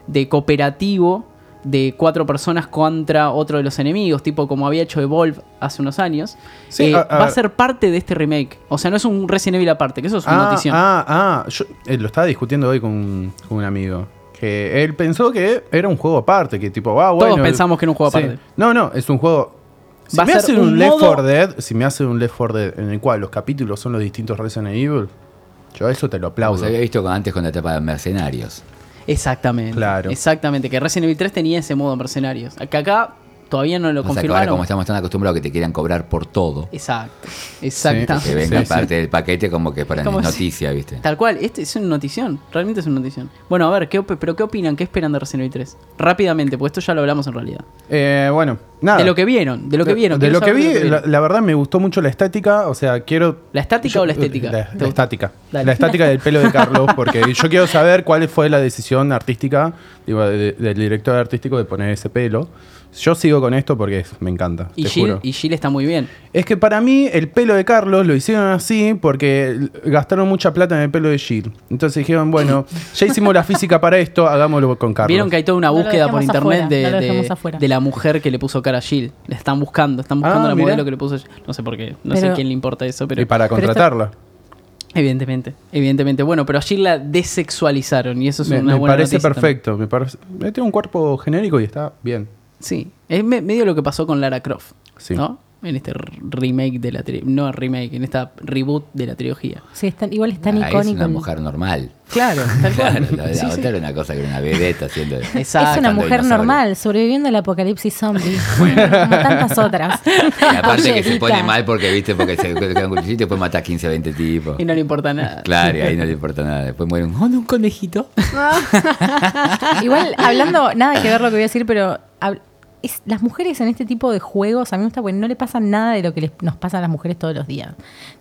Speaker 3: de cooperativo de cuatro personas contra otro de los enemigos, tipo como había hecho Evolve hace unos años,
Speaker 5: Sí,
Speaker 3: eh,
Speaker 5: a- a
Speaker 3: va a
Speaker 5: ver.
Speaker 3: ser parte de este remake. O sea, no es un Resident Evil aparte, que eso es una
Speaker 5: ah,
Speaker 3: notición.
Speaker 5: Ah, ah, yo eh, lo estaba discutiendo hoy con, con un amigo. Que él pensó que era un juego aparte, que tipo, ah, bueno.
Speaker 3: Todos pensamos que era un juego
Speaker 5: Sí.
Speaker 3: aparte.
Speaker 5: No, no, es un juego. Si
Speaker 3: Va a
Speaker 5: me
Speaker 3: ser
Speaker 5: hacen un,
Speaker 3: un
Speaker 5: Left
Speaker 3: modo-
Speaker 5: 4 Dead, si me hacen un Left 4 Dead en el cual los capítulos son los distintos Resident Evil, yo a eso te lo
Speaker 7: Como
Speaker 5: aplaudo.
Speaker 7: se había visto con- antes con la etapa de Mercenarios.
Speaker 3: Exactamente.
Speaker 5: Claro.
Speaker 3: Exactamente. Que Resident Evil 3 tenía ese modo mercenarios. Que acá Todavía no lo
Speaker 7: Pasa que ahora,
Speaker 3: confirmaron.
Speaker 7: como estamos tan acostumbrados que te quieran cobrar por todo,
Speaker 3: Exacto, exacta.
Speaker 7: que venga
Speaker 5: Sí, sí.
Speaker 7: parte del paquete como que para
Speaker 3: Como
Speaker 7: ni
Speaker 3: si-
Speaker 7: noticia, ¿viste?
Speaker 3: Tal cual, este es una notición, realmente es una notición. Bueno, a ver, ¿qué, op- ¿pero qué opinan? ¿Qué esperan de Resident Evil 3? Rápidamente, porque esto ya lo hablamos en realidad.
Speaker 5: Eh, bueno, nada.
Speaker 3: De lo que vieron, de lo que vieron.
Speaker 5: De,
Speaker 3: quiero
Speaker 5: lo que
Speaker 3: saber
Speaker 5: vi,
Speaker 3: vieron.
Speaker 5: la, la verdad me gustó mucho la estática. O sea, quiero.
Speaker 3: ¿La estática
Speaker 5: yo-
Speaker 3: o la estética?
Speaker 5: La,
Speaker 3: ¿Te
Speaker 5: la
Speaker 3: gusta?
Speaker 5: estática.
Speaker 3: Dale.
Speaker 5: La estática del pelo de Carlos, porque yo quiero saber cuál fue la decisión artística digo, de- del director artístico de poner ese pelo. Yo sigo con esto porque es- me encanta.
Speaker 3: Y
Speaker 5: te
Speaker 3: Jill,
Speaker 5: juro.
Speaker 3: y Jill está muy bien.
Speaker 5: Es que para mí el pelo de Carlos lo hicieron así porque l- gastaron mucha plata en el pelo de Jill. Entonces dijeron, bueno, ya hicimos la física para esto, hagámoslo con Carlos.
Speaker 3: Vieron que hay toda una
Speaker 6: No lo
Speaker 3: búsqueda por
Speaker 6: dejemos
Speaker 3: internet
Speaker 6: afuera,
Speaker 3: de,
Speaker 6: no lo
Speaker 3: de-
Speaker 6: dejemos afuera.
Speaker 3: de la mujer que le puso cara a Jill. La están buscando, están buscando
Speaker 5: Ah,
Speaker 3: la
Speaker 5: mirá.
Speaker 3: modelo que le puso. No sé por qué, no sé
Speaker 6: Pero-
Speaker 3: quién le importa eso, pero.
Speaker 5: y para
Speaker 6: pero esto-
Speaker 5: contratarla.
Speaker 3: Evidentemente, evidentemente. Bueno, pero a Jill la desexualizaron y eso es
Speaker 5: Me,
Speaker 3: una
Speaker 5: me
Speaker 3: buena
Speaker 5: parece
Speaker 3: noticia también.
Speaker 5: perfecto. Me parece, eh, tiene un cuerpo genérico y está bien.
Speaker 3: Sí, es me- medio lo que pasó con Lara Croft,
Speaker 5: Sí.
Speaker 3: ¿no? En este r- remake de la tri- no remake, en esta reboot de la trilogía.
Speaker 6: Sí, es tan- igual es tan
Speaker 7: Ahí
Speaker 6: icónico.
Speaker 7: Ah, es una
Speaker 6: el-
Speaker 7: mujer normal.
Speaker 3: Claro, tal
Speaker 7: Claro,
Speaker 3: cual.
Speaker 7: la, la
Speaker 3: Sí, sí.
Speaker 7: otra era una cosa que era una vedeta haciendo.
Speaker 3: Exacto.
Speaker 6: Es una
Speaker 7: Cazando
Speaker 6: mujer
Speaker 7: dinosaurios.
Speaker 6: normal, sobreviviendo al apocalipsis zombie. Como tantas otras.
Speaker 7: Y aparte que se
Speaker 6: Abuelita.
Speaker 7: pone mal porque, viste, porque se queda un cuchillo y después mata a 15, 20 tipos.
Speaker 3: Y no le importa nada.
Speaker 7: Claro, y ahí no le importa nada. Después muere un, "Oh, no, un conejito.
Speaker 6: Igual, hablando, nada que ver lo que voy a decir, pero hab- es- las mujeres en este tipo de juegos, a mí me gusta porque no le pasa nada de lo que les- nos pasa a las mujeres todos los días.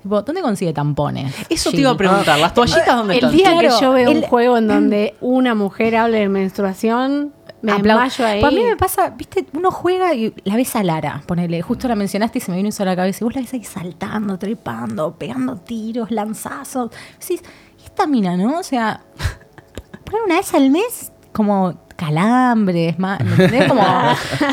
Speaker 6: Tipo, ¿dónde consigue tampones?
Speaker 3: Eso te
Speaker 6: Jill?
Speaker 3: iba a preguntar, ¿las toallitas dónde
Speaker 4: El
Speaker 3: están?
Speaker 4: día
Speaker 6: Claro,
Speaker 4: que yo veo un
Speaker 6: el-
Speaker 4: juego en donde una mujer hable de menstruación, me
Speaker 6: Aplaudo.
Speaker 4: desmayo ahí.
Speaker 6: Pues a mí me pasa, viste, uno juega y la ves a Lara, ponele, justo la mencionaste y se me vino eso a la cabeza, y vos la ves ahí saltando, trepando, pegando tiros, lanzazos. Decís, esta mina, ¿no? O sea, poner una vez al mes como calambres, ma- ¿me entendés? Como,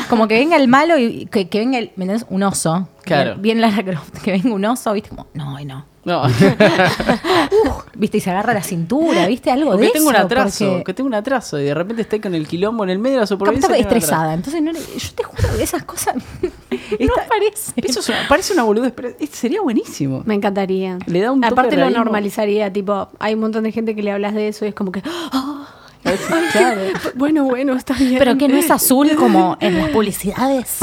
Speaker 6: como que venga el malo y que, que venga el, ¿me entendés? Un oso.
Speaker 3: Claro.
Speaker 6: Bien Lara Croft, que venga un oso, viste, como, no, y no.
Speaker 3: No.
Speaker 6: Uf, viste, y se agarra la cintura, viste, algo
Speaker 3: Porque
Speaker 6: de
Speaker 3: tengo un
Speaker 6: eso,
Speaker 3: atraso,
Speaker 6: porque-
Speaker 3: que tengo un atraso y de repente estoy con el quilombo en el medio de la
Speaker 6: Capaz
Speaker 3: supervivencia.
Speaker 6: estaba
Speaker 3: tengo un atraso.
Speaker 6: estresada, entonces no le- yo te juro que esas cosas no
Speaker 3: Esta-
Speaker 6: aparecen.
Speaker 3: Eso es una- parece una boludez, pero es- sería buenísimo.
Speaker 4: Me encantaría.
Speaker 3: Le da un toque
Speaker 4: Aparte
Speaker 3: de
Speaker 4: lo
Speaker 3: realismo.
Speaker 4: normalizaría, tipo, hay un montón de gente que le hablas de eso y es como que, "Ah, bueno, bueno, está bien.
Speaker 6: Pero que no es azul como en las publicidades.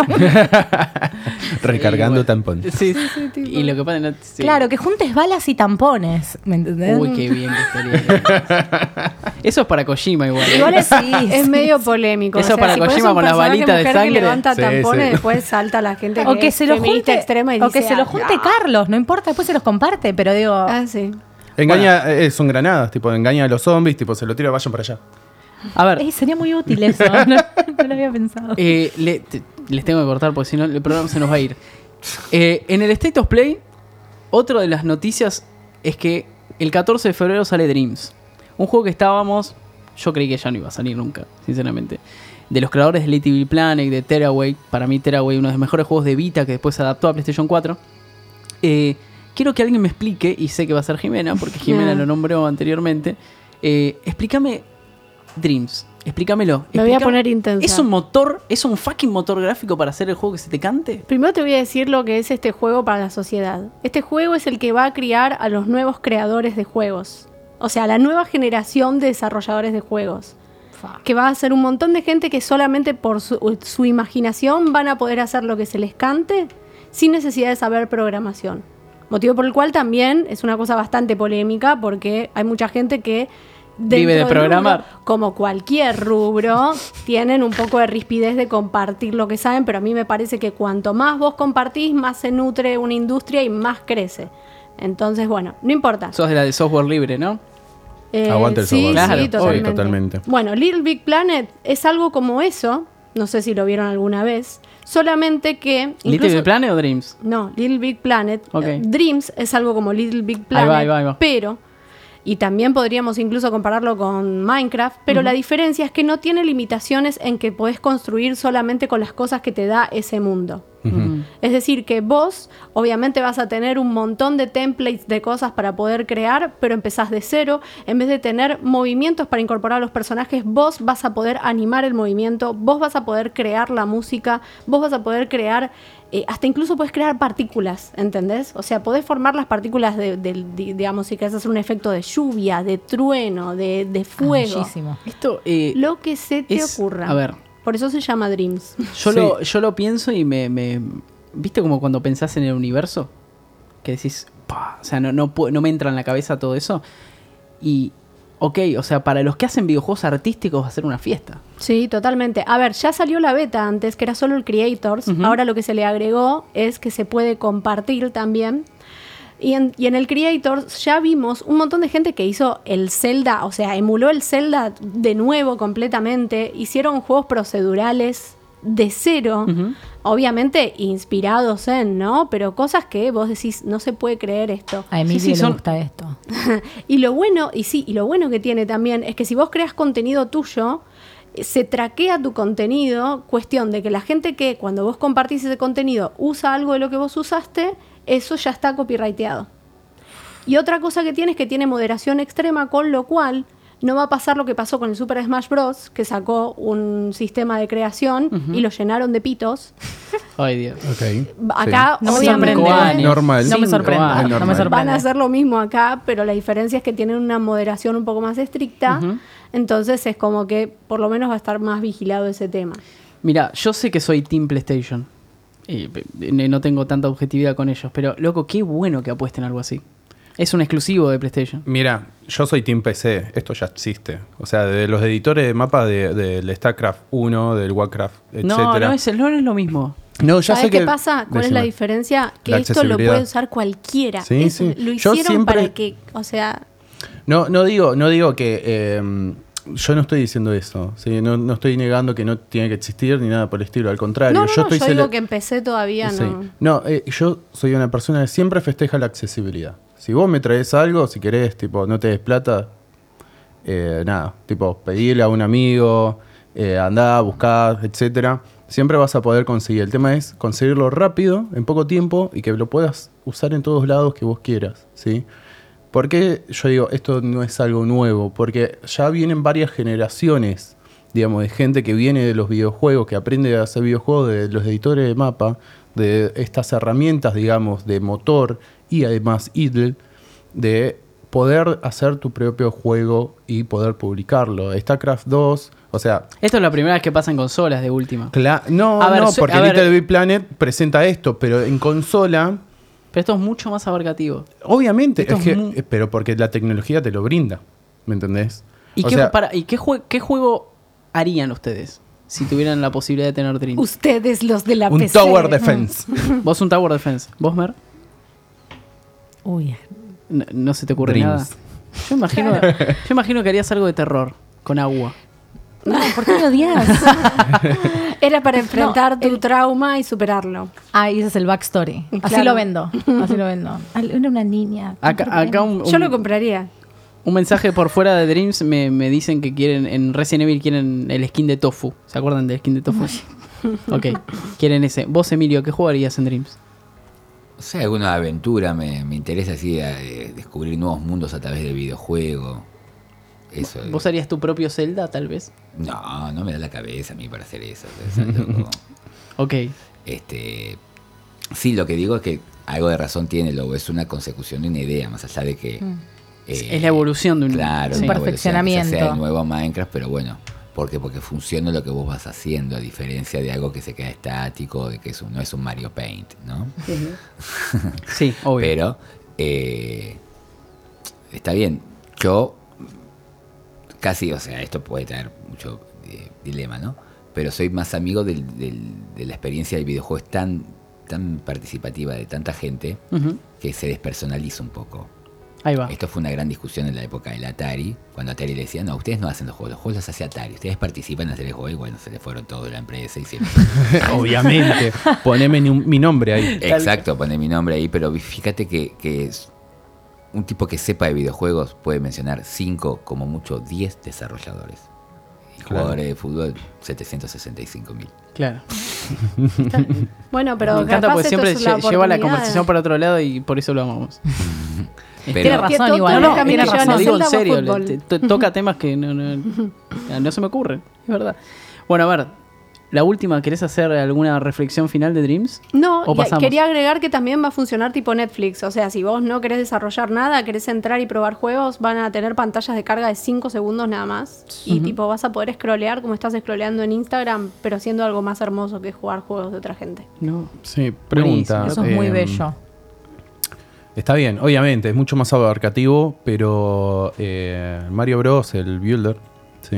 Speaker 5: Recargando
Speaker 3: Sí,
Speaker 5: tampón.
Speaker 3: Sí, sí, sí, tipo. Y lo que pasa no, sí.
Speaker 6: Claro, que juntes balas y tampones, ¿me entendés?
Speaker 3: Uy, qué bien que estaría. Eso es para Kojima igual. ¿eh?
Speaker 6: Igual es, sí,
Speaker 4: Es
Speaker 6: sí.
Speaker 4: medio polémico.
Speaker 3: Eso para
Speaker 4: pones
Speaker 3: Kojima
Speaker 4: un
Speaker 3: con las
Speaker 4: personaje
Speaker 3: balitas de
Speaker 4: mujer
Speaker 3: sangre.
Speaker 4: Que levanta
Speaker 5: Sí,
Speaker 4: tampones,
Speaker 5: sí.
Speaker 4: después salta la gente
Speaker 6: o que
Speaker 4: es
Speaker 6: se lo
Speaker 4: feminista
Speaker 6: junte,
Speaker 4: extrema y
Speaker 6: o
Speaker 4: dice,
Speaker 6: que se lo
Speaker 4: "Ah,
Speaker 6: junte
Speaker 4: no".
Speaker 6: Carlos, no importa, después se los comparte, pero digo,
Speaker 4: Ah, sí.
Speaker 5: Engaña, eh, son granadas, tipo, engaña a los zombies, tipo, se lo tira, vayan para allá.
Speaker 3: A ver,
Speaker 6: eh, sería muy útil eso. No, no lo había pensado.
Speaker 3: eh, le- te- les tengo que cortar porque si no el programa se nos va a ir. Eh, en el State of Play, otra de las noticias es que el 14 de febrero sale Dreams. Un juego que estábamos... Yo creí que ya no iba a salir nunca, sinceramente. De los creadores de Little Big Planet, de Tearaway. Para mí Tearaway uno de los mejores juegos de Vita que después se adaptó a PlayStation 4. Eh, quiero que alguien me explique, y sé que va a ser Jimena, porque Jimena
Speaker 4: Ah.
Speaker 3: lo nombró anteriormente. Eh, explícame Dreams. Explícamelo.
Speaker 4: Me voy a
Speaker 3: Explícame-
Speaker 4: poner intensa.
Speaker 3: ¿Es un motor, es un fucking motor gráfico para hacer el juego que se te cante?
Speaker 4: Primero te voy a decir lo que es este juego para la sociedad. Este juego es el que va a criar a los nuevos creadores de juegos. O sea, la nueva generación de desarrolladores de juegos. Que va a ser un montón de gente que solamente por su, su imaginación van a poder hacer lo que se les cante sin necesidad de saber programación. Motivo por el cual también es una cosa bastante polémica porque hay mucha gente que...
Speaker 3: Vive de
Speaker 4: dentro del
Speaker 3: programar.
Speaker 4: rubro, como cualquier rubro, tienen un poco de rispidez de compartir lo que saben, pero a mí me parece que cuanto más vos compartís, más se nutre una industria y más crece. Entonces, bueno, no importa.
Speaker 3: Sos de la de software libre, ¿no?
Speaker 4: Eh,
Speaker 5: Aguante el
Speaker 4: sí,
Speaker 5: software.
Speaker 3: Claro,
Speaker 4: sí,
Speaker 3: obvio,
Speaker 4: totalmente.
Speaker 5: totalmente.
Speaker 4: Bueno, Little Big Planet es algo como eso, no sé si lo vieron alguna vez, solamente que...
Speaker 3: ¿Little
Speaker 4: incluso-
Speaker 3: Big Planet o Dreams?
Speaker 4: no, Little Big Planet.
Speaker 3: Ok.
Speaker 4: eh, Dreams es algo como Little Big
Speaker 3: Ahí
Speaker 4: Planet,
Speaker 3: va, ahí va, ahí va.
Speaker 4: pero. Y también podríamos incluso compararlo con Minecraft, pero la diferencia es que no tiene limitaciones en que podés construir solamente con las cosas que te da ese mundo. Es decir, que vos obviamente vas a tener un montón de templates de cosas para poder crear, pero empezás de cero. En vez de tener movimientos para incorporar a los personajes, vos vas a poder animar el movimiento, vos vas a poder crear la música, vos vas a poder crear, eh, hasta incluso puedes crear partículas, ¿entendés? O sea, podés formar las partículas de, del- di- digamos, si querés hacer un efecto de lluvia, de trueno, de, de fuego.
Speaker 6: Bellísimo.
Speaker 3: Esto, eh,
Speaker 4: Lo que se te
Speaker 3: Es-
Speaker 4: ocurra.
Speaker 3: a ver.
Speaker 4: Por eso se llama Dreams.
Speaker 3: Yo, lo, yo lo pienso y me, me- ¿Viste como cuando pensás en el universo? Que decís, "Pa", o sea, no, no, pu- no me entra en la cabeza todo eso. Y, ok, o sea, para los que hacen videojuegos artísticos va a ser una fiesta.
Speaker 4: Sí, totalmente. A ver, ya salió la beta antes, que era solo el Creators. Ahora lo que se le agregó es que se puede compartir también. Y en, y en el Creators ya vimos un montón de gente que hizo el Zelda, o sea, emuló el Zelda de nuevo completamente. Hicieron juegos procedurales de cero, obviamente inspirados en, ¿no? Pero cosas que vos decís, no se puede creer esto.
Speaker 6: A Emilio
Speaker 3: Sí, sí,
Speaker 6: le
Speaker 3: son-
Speaker 6: gusta esto.
Speaker 4: Y lo bueno, y sí, y lo bueno que tiene también es que si vos creas contenido tuyo, eh, se traquea tu contenido, cuestión de que la gente que cuando vos compartís ese contenido usa algo de lo que vos usaste, eso ya está copyrighteado. Y otra cosa que tiene es que tiene moderación extrema, con lo cual no va a pasar lo que pasó con el Super Smash Bros., que sacó un sistema de creación y lo llenaron de pitos.
Speaker 3: Ay, Dios.
Speaker 5: Ok.
Speaker 4: Acá,
Speaker 6: No me
Speaker 4: obviamente, eh,
Speaker 6: sorprende.
Speaker 3: años.
Speaker 5: Normal.
Speaker 6: No me
Speaker 3: Cinco
Speaker 6: sorprenda.
Speaker 5: años.
Speaker 6: No me
Speaker 5: Normal.
Speaker 6: sorprende.
Speaker 4: van a hacer lo mismo acá, pero la diferencia es que tienen una moderación un poco más estricta,
Speaker 3: Ujú.
Speaker 4: entonces es como que por lo menos va a estar más vigilado ese tema.
Speaker 3: Mira, yo sé que soy Team PlayStation. Y pe- ne- no tengo tanta objetividad con ellos. Pero, loco, qué bueno que apuesten algo así. Es un exclusivo de PlayStation.
Speaker 5: Mira, yo soy Team PC, esto ya existe. O sea, de los editores de mapas de- del StarCraft 1, del Warcraft, etc.
Speaker 3: No, no es, el- no es lo mismo.
Speaker 5: No, ya
Speaker 4: ¿Sabes
Speaker 5: sé
Speaker 4: qué
Speaker 5: que-
Speaker 4: pasa? ¿Cuál es la
Speaker 5: Decime.
Speaker 4: diferencia? Que
Speaker 5: La
Speaker 4: esto lo
Speaker 5: accesibilidad.
Speaker 4: puede usar cualquiera.
Speaker 5: Sí,
Speaker 4: Eso
Speaker 5: sí.
Speaker 4: Lo
Speaker 5: Yo
Speaker 4: hicieron
Speaker 5: siempre-
Speaker 4: para que, o sea,
Speaker 5: No, no digo, no digo que eh, yo no estoy diciendo eso. ¿sí? No, no estoy negando que no tiene que existir ni nada por el estilo. Al contrario,
Speaker 4: no, no,
Speaker 5: yo
Speaker 4: no,
Speaker 5: estoy
Speaker 4: yo digo
Speaker 5: cele-
Speaker 4: que empecé todavía,
Speaker 5: Sí.
Speaker 4: no.
Speaker 5: No, eh, yo soy una persona que siempre festeja la accesibilidad. Si vos me traes algo, si querés, tipo, no te des plata, eh, nada, tipo, pedirle a un amigo, eh, andá, buscar, etcétera. Siempre vas a poder conseguir. El tema es conseguirlo rápido, en poco tiempo, y que lo puedas usar en todos lados que vos quieras, ¿sí? ¿Por qué yo digo esto no es algo nuevo? Porque ya vienen varias generaciones, digamos, de gente que viene de los videojuegos, que aprende a hacer videojuegos, de los editores de mapa, de estas herramientas, digamos, de motor y además idle, de poder hacer tu propio juego y poder publicarlo. StarCraft 2, o sea,
Speaker 3: Esto es la primera vez que pasa en consolas de última.
Speaker 5: cla- no,
Speaker 3: A ver,
Speaker 5: no,
Speaker 3: so-
Speaker 5: porque
Speaker 3: a ver.
Speaker 5: Little Big Planet presenta esto, pero en consola,
Speaker 3: Pero esto es mucho más abarcativo.
Speaker 5: obviamente,
Speaker 3: Esto
Speaker 5: es
Speaker 3: es
Speaker 5: que, eh,
Speaker 3: muy-
Speaker 5: pero porque la tecnología te lo brinda, ¿me entendés?
Speaker 3: ¿Y,
Speaker 5: O
Speaker 3: qué,
Speaker 5: sea-
Speaker 3: para- ¿y qué, jue- qué juego harían ustedes si tuvieran la posibilidad de tener Dream?
Speaker 4: Ustedes los de la
Speaker 5: un
Speaker 4: PC.
Speaker 5: tower
Speaker 3: Ah.
Speaker 5: defense.
Speaker 3: Vos un Tower Defense. ¿Vos, Mer?
Speaker 6: Uy,
Speaker 3: No, no se te ocurre
Speaker 5: Dreams.
Speaker 3: nada. Yo imagino, yo imagino que harías algo de terror con agua.
Speaker 6: no, ¿por qué lo odias?
Speaker 4: Era para enfrentar
Speaker 6: No,
Speaker 4: tu
Speaker 6: el-
Speaker 4: trauma y superarlo.
Speaker 6: ah, y ese es el backstory. Así
Speaker 4: Claro.
Speaker 6: lo vendo. Así lo vendo. Al- Era una niña.
Speaker 3: Acá, acá un,
Speaker 4: Yo
Speaker 3: un-
Speaker 4: lo compraría.
Speaker 3: un mensaje por fuera de Dreams me, me dicen que quieren, en Resident Evil quieren el skin de Tofu. ¿Se acuerdan del skin de Tofu? ok, quieren ese. Vos, Emilio, ¿qué jugarías en Dreams?
Speaker 7: O sea, alguna aventura me, me interesa así, a, eh, descubrir nuevos mundos a través del videojuego. Eso.
Speaker 3: ¿Vos
Speaker 7: eh,
Speaker 3: harías tu propio Zelda, tal vez?
Speaker 7: No, no me da la cabeza a mí para hacer eso. o sea, loco.
Speaker 3: Ok.
Speaker 7: Este, sí, lo que digo es que algo de razón tiene, Lobo. Es una consecución de una idea, más allá de que. eh,
Speaker 3: Mm. Es la evolución de un-
Speaker 7: Claro,
Speaker 3: sí.
Speaker 7: una evolución,
Speaker 6: perfeccionamiento.
Speaker 7: quizás sea el nuevo Minecraft, pero bueno. ¿Por qué? Porque funciona lo que vos vas haciendo, a diferencia de algo que se queda estático, de que es un- no es un Mario Paint, ¿no?
Speaker 3: Sí, obvio.
Speaker 7: Pero eh, está bien. Yo casi, o sea, esto puede traer mucho eh, dilema, ¿no? Pero soy más amigo del- del- de la experiencia del videojuego. Es tan, tan participativa de tanta gente
Speaker 3: Ujú.
Speaker 7: que se despersonaliza un poco.
Speaker 3: Ahí va.
Speaker 7: Esto fue una gran discusión en la época del Atari, cuando Atari le decía, no, ustedes no hacen los juegos, los juegos los hace Atari, ustedes participan en hacer el juego y bueno, se le fueron todos de la empresa y se
Speaker 5: Obviamente. Poneme ni un- mi nombre ahí.
Speaker 7: Exacto, pone mi nombre ahí, pero fíjate que, que es un tipo que sepa de videojuegos puede mencionar 5, como mucho 10 desarrolladores. Y
Speaker 5: Claro.
Speaker 7: jugadores de fútbol, 765 mil.
Speaker 3: Claro.
Speaker 4: Bueno, pero
Speaker 3: Me encanta
Speaker 4: capaz
Speaker 3: porque
Speaker 4: esto
Speaker 3: siempre
Speaker 4: es una
Speaker 3: lle- lleva la
Speaker 4: oportunidad.
Speaker 3: conversación para otro lado y por eso lo amamos.
Speaker 6: Tiene
Speaker 7: Pero,
Speaker 4: Que
Speaker 6: razón
Speaker 4: todo
Speaker 6: igual.
Speaker 4: el
Speaker 6: No, no,
Speaker 4: camino
Speaker 6: tiene
Speaker 4: lleva a
Speaker 6: razón.
Speaker 3: lo
Speaker 4: la
Speaker 3: digo en
Speaker 4: celda o
Speaker 3: serio.
Speaker 4: fútbol.
Speaker 3: le- te- toca temas que no, no, no se me ocurren, es verdad. Bueno, a ver, La última, ¿querés hacer alguna reflexión final de Dreams?
Speaker 4: No,
Speaker 3: ¿O
Speaker 4: y
Speaker 3: pasamos?
Speaker 4: quería agregar que también va a funcionar tipo Netflix. O sea, si vos no querés desarrollar nada, querés entrar y probar juegos, van a tener pantallas de carga de 5 segundos nada más. Y tipo vas a poder scrollear como estás scrolleando en Instagram, pero siendo algo más hermoso que jugar juegos de otra gente.
Speaker 3: No.
Speaker 5: Sí, pregunta.
Speaker 6: Eso es
Speaker 7: Eh,
Speaker 6: muy
Speaker 5: em,
Speaker 6: bello.
Speaker 5: Está bien, obviamente, es mucho más abarcativo, pero eh, Mario Bros, el Builder, sí,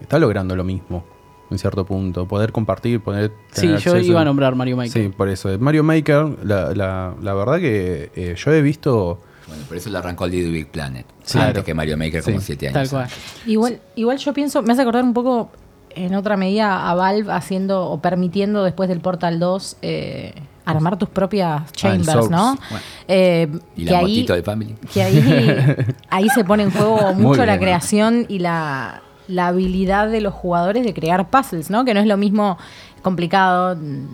Speaker 5: está logrando lo mismo, en cierto punto. Poder compartir, poder...
Speaker 3: Sí,
Speaker 5: tener
Speaker 3: yo
Speaker 5: acceso-
Speaker 3: iba a nombrar Mario Maker.
Speaker 5: Sí, por eso. Mario Maker, la, la- la verdad que eh, yo he visto...
Speaker 7: Bueno, por eso lo arrancó Little Big Planet.
Speaker 5: Sí.
Speaker 7: Antes
Speaker 5: Claro.
Speaker 7: que Mario Maker, como
Speaker 5: Sí.
Speaker 7: siete
Speaker 3: Tal
Speaker 7: años.
Speaker 3: cual.
Speaker 6: Igual, igual yo pienso, me hace acordar un poco en otra medida a Valve haciendo o permitiendo después del Portal 2 eh, armar tus propias chambers,
Speaker 5: Source.
Speaker 6: ¿no?
Speaker 7: Ah, Bueno.
Speaker 6: Eh,
Speaker 7: Y
Speaker 6: que
Speaker 7: la
Speaker 6: ahí-
Speaker 7: motito de Family.
Speaker 6: que ahí, ahí se pone en juego
Speaker 5: Muy
Speaker 6: mucho la
Speaker 5: bien. ¿eh?
Speaker 6: creación y la, la habilidad de los jugadores de crear puzzles, ¿no? Que no es lo mismo complicado mm,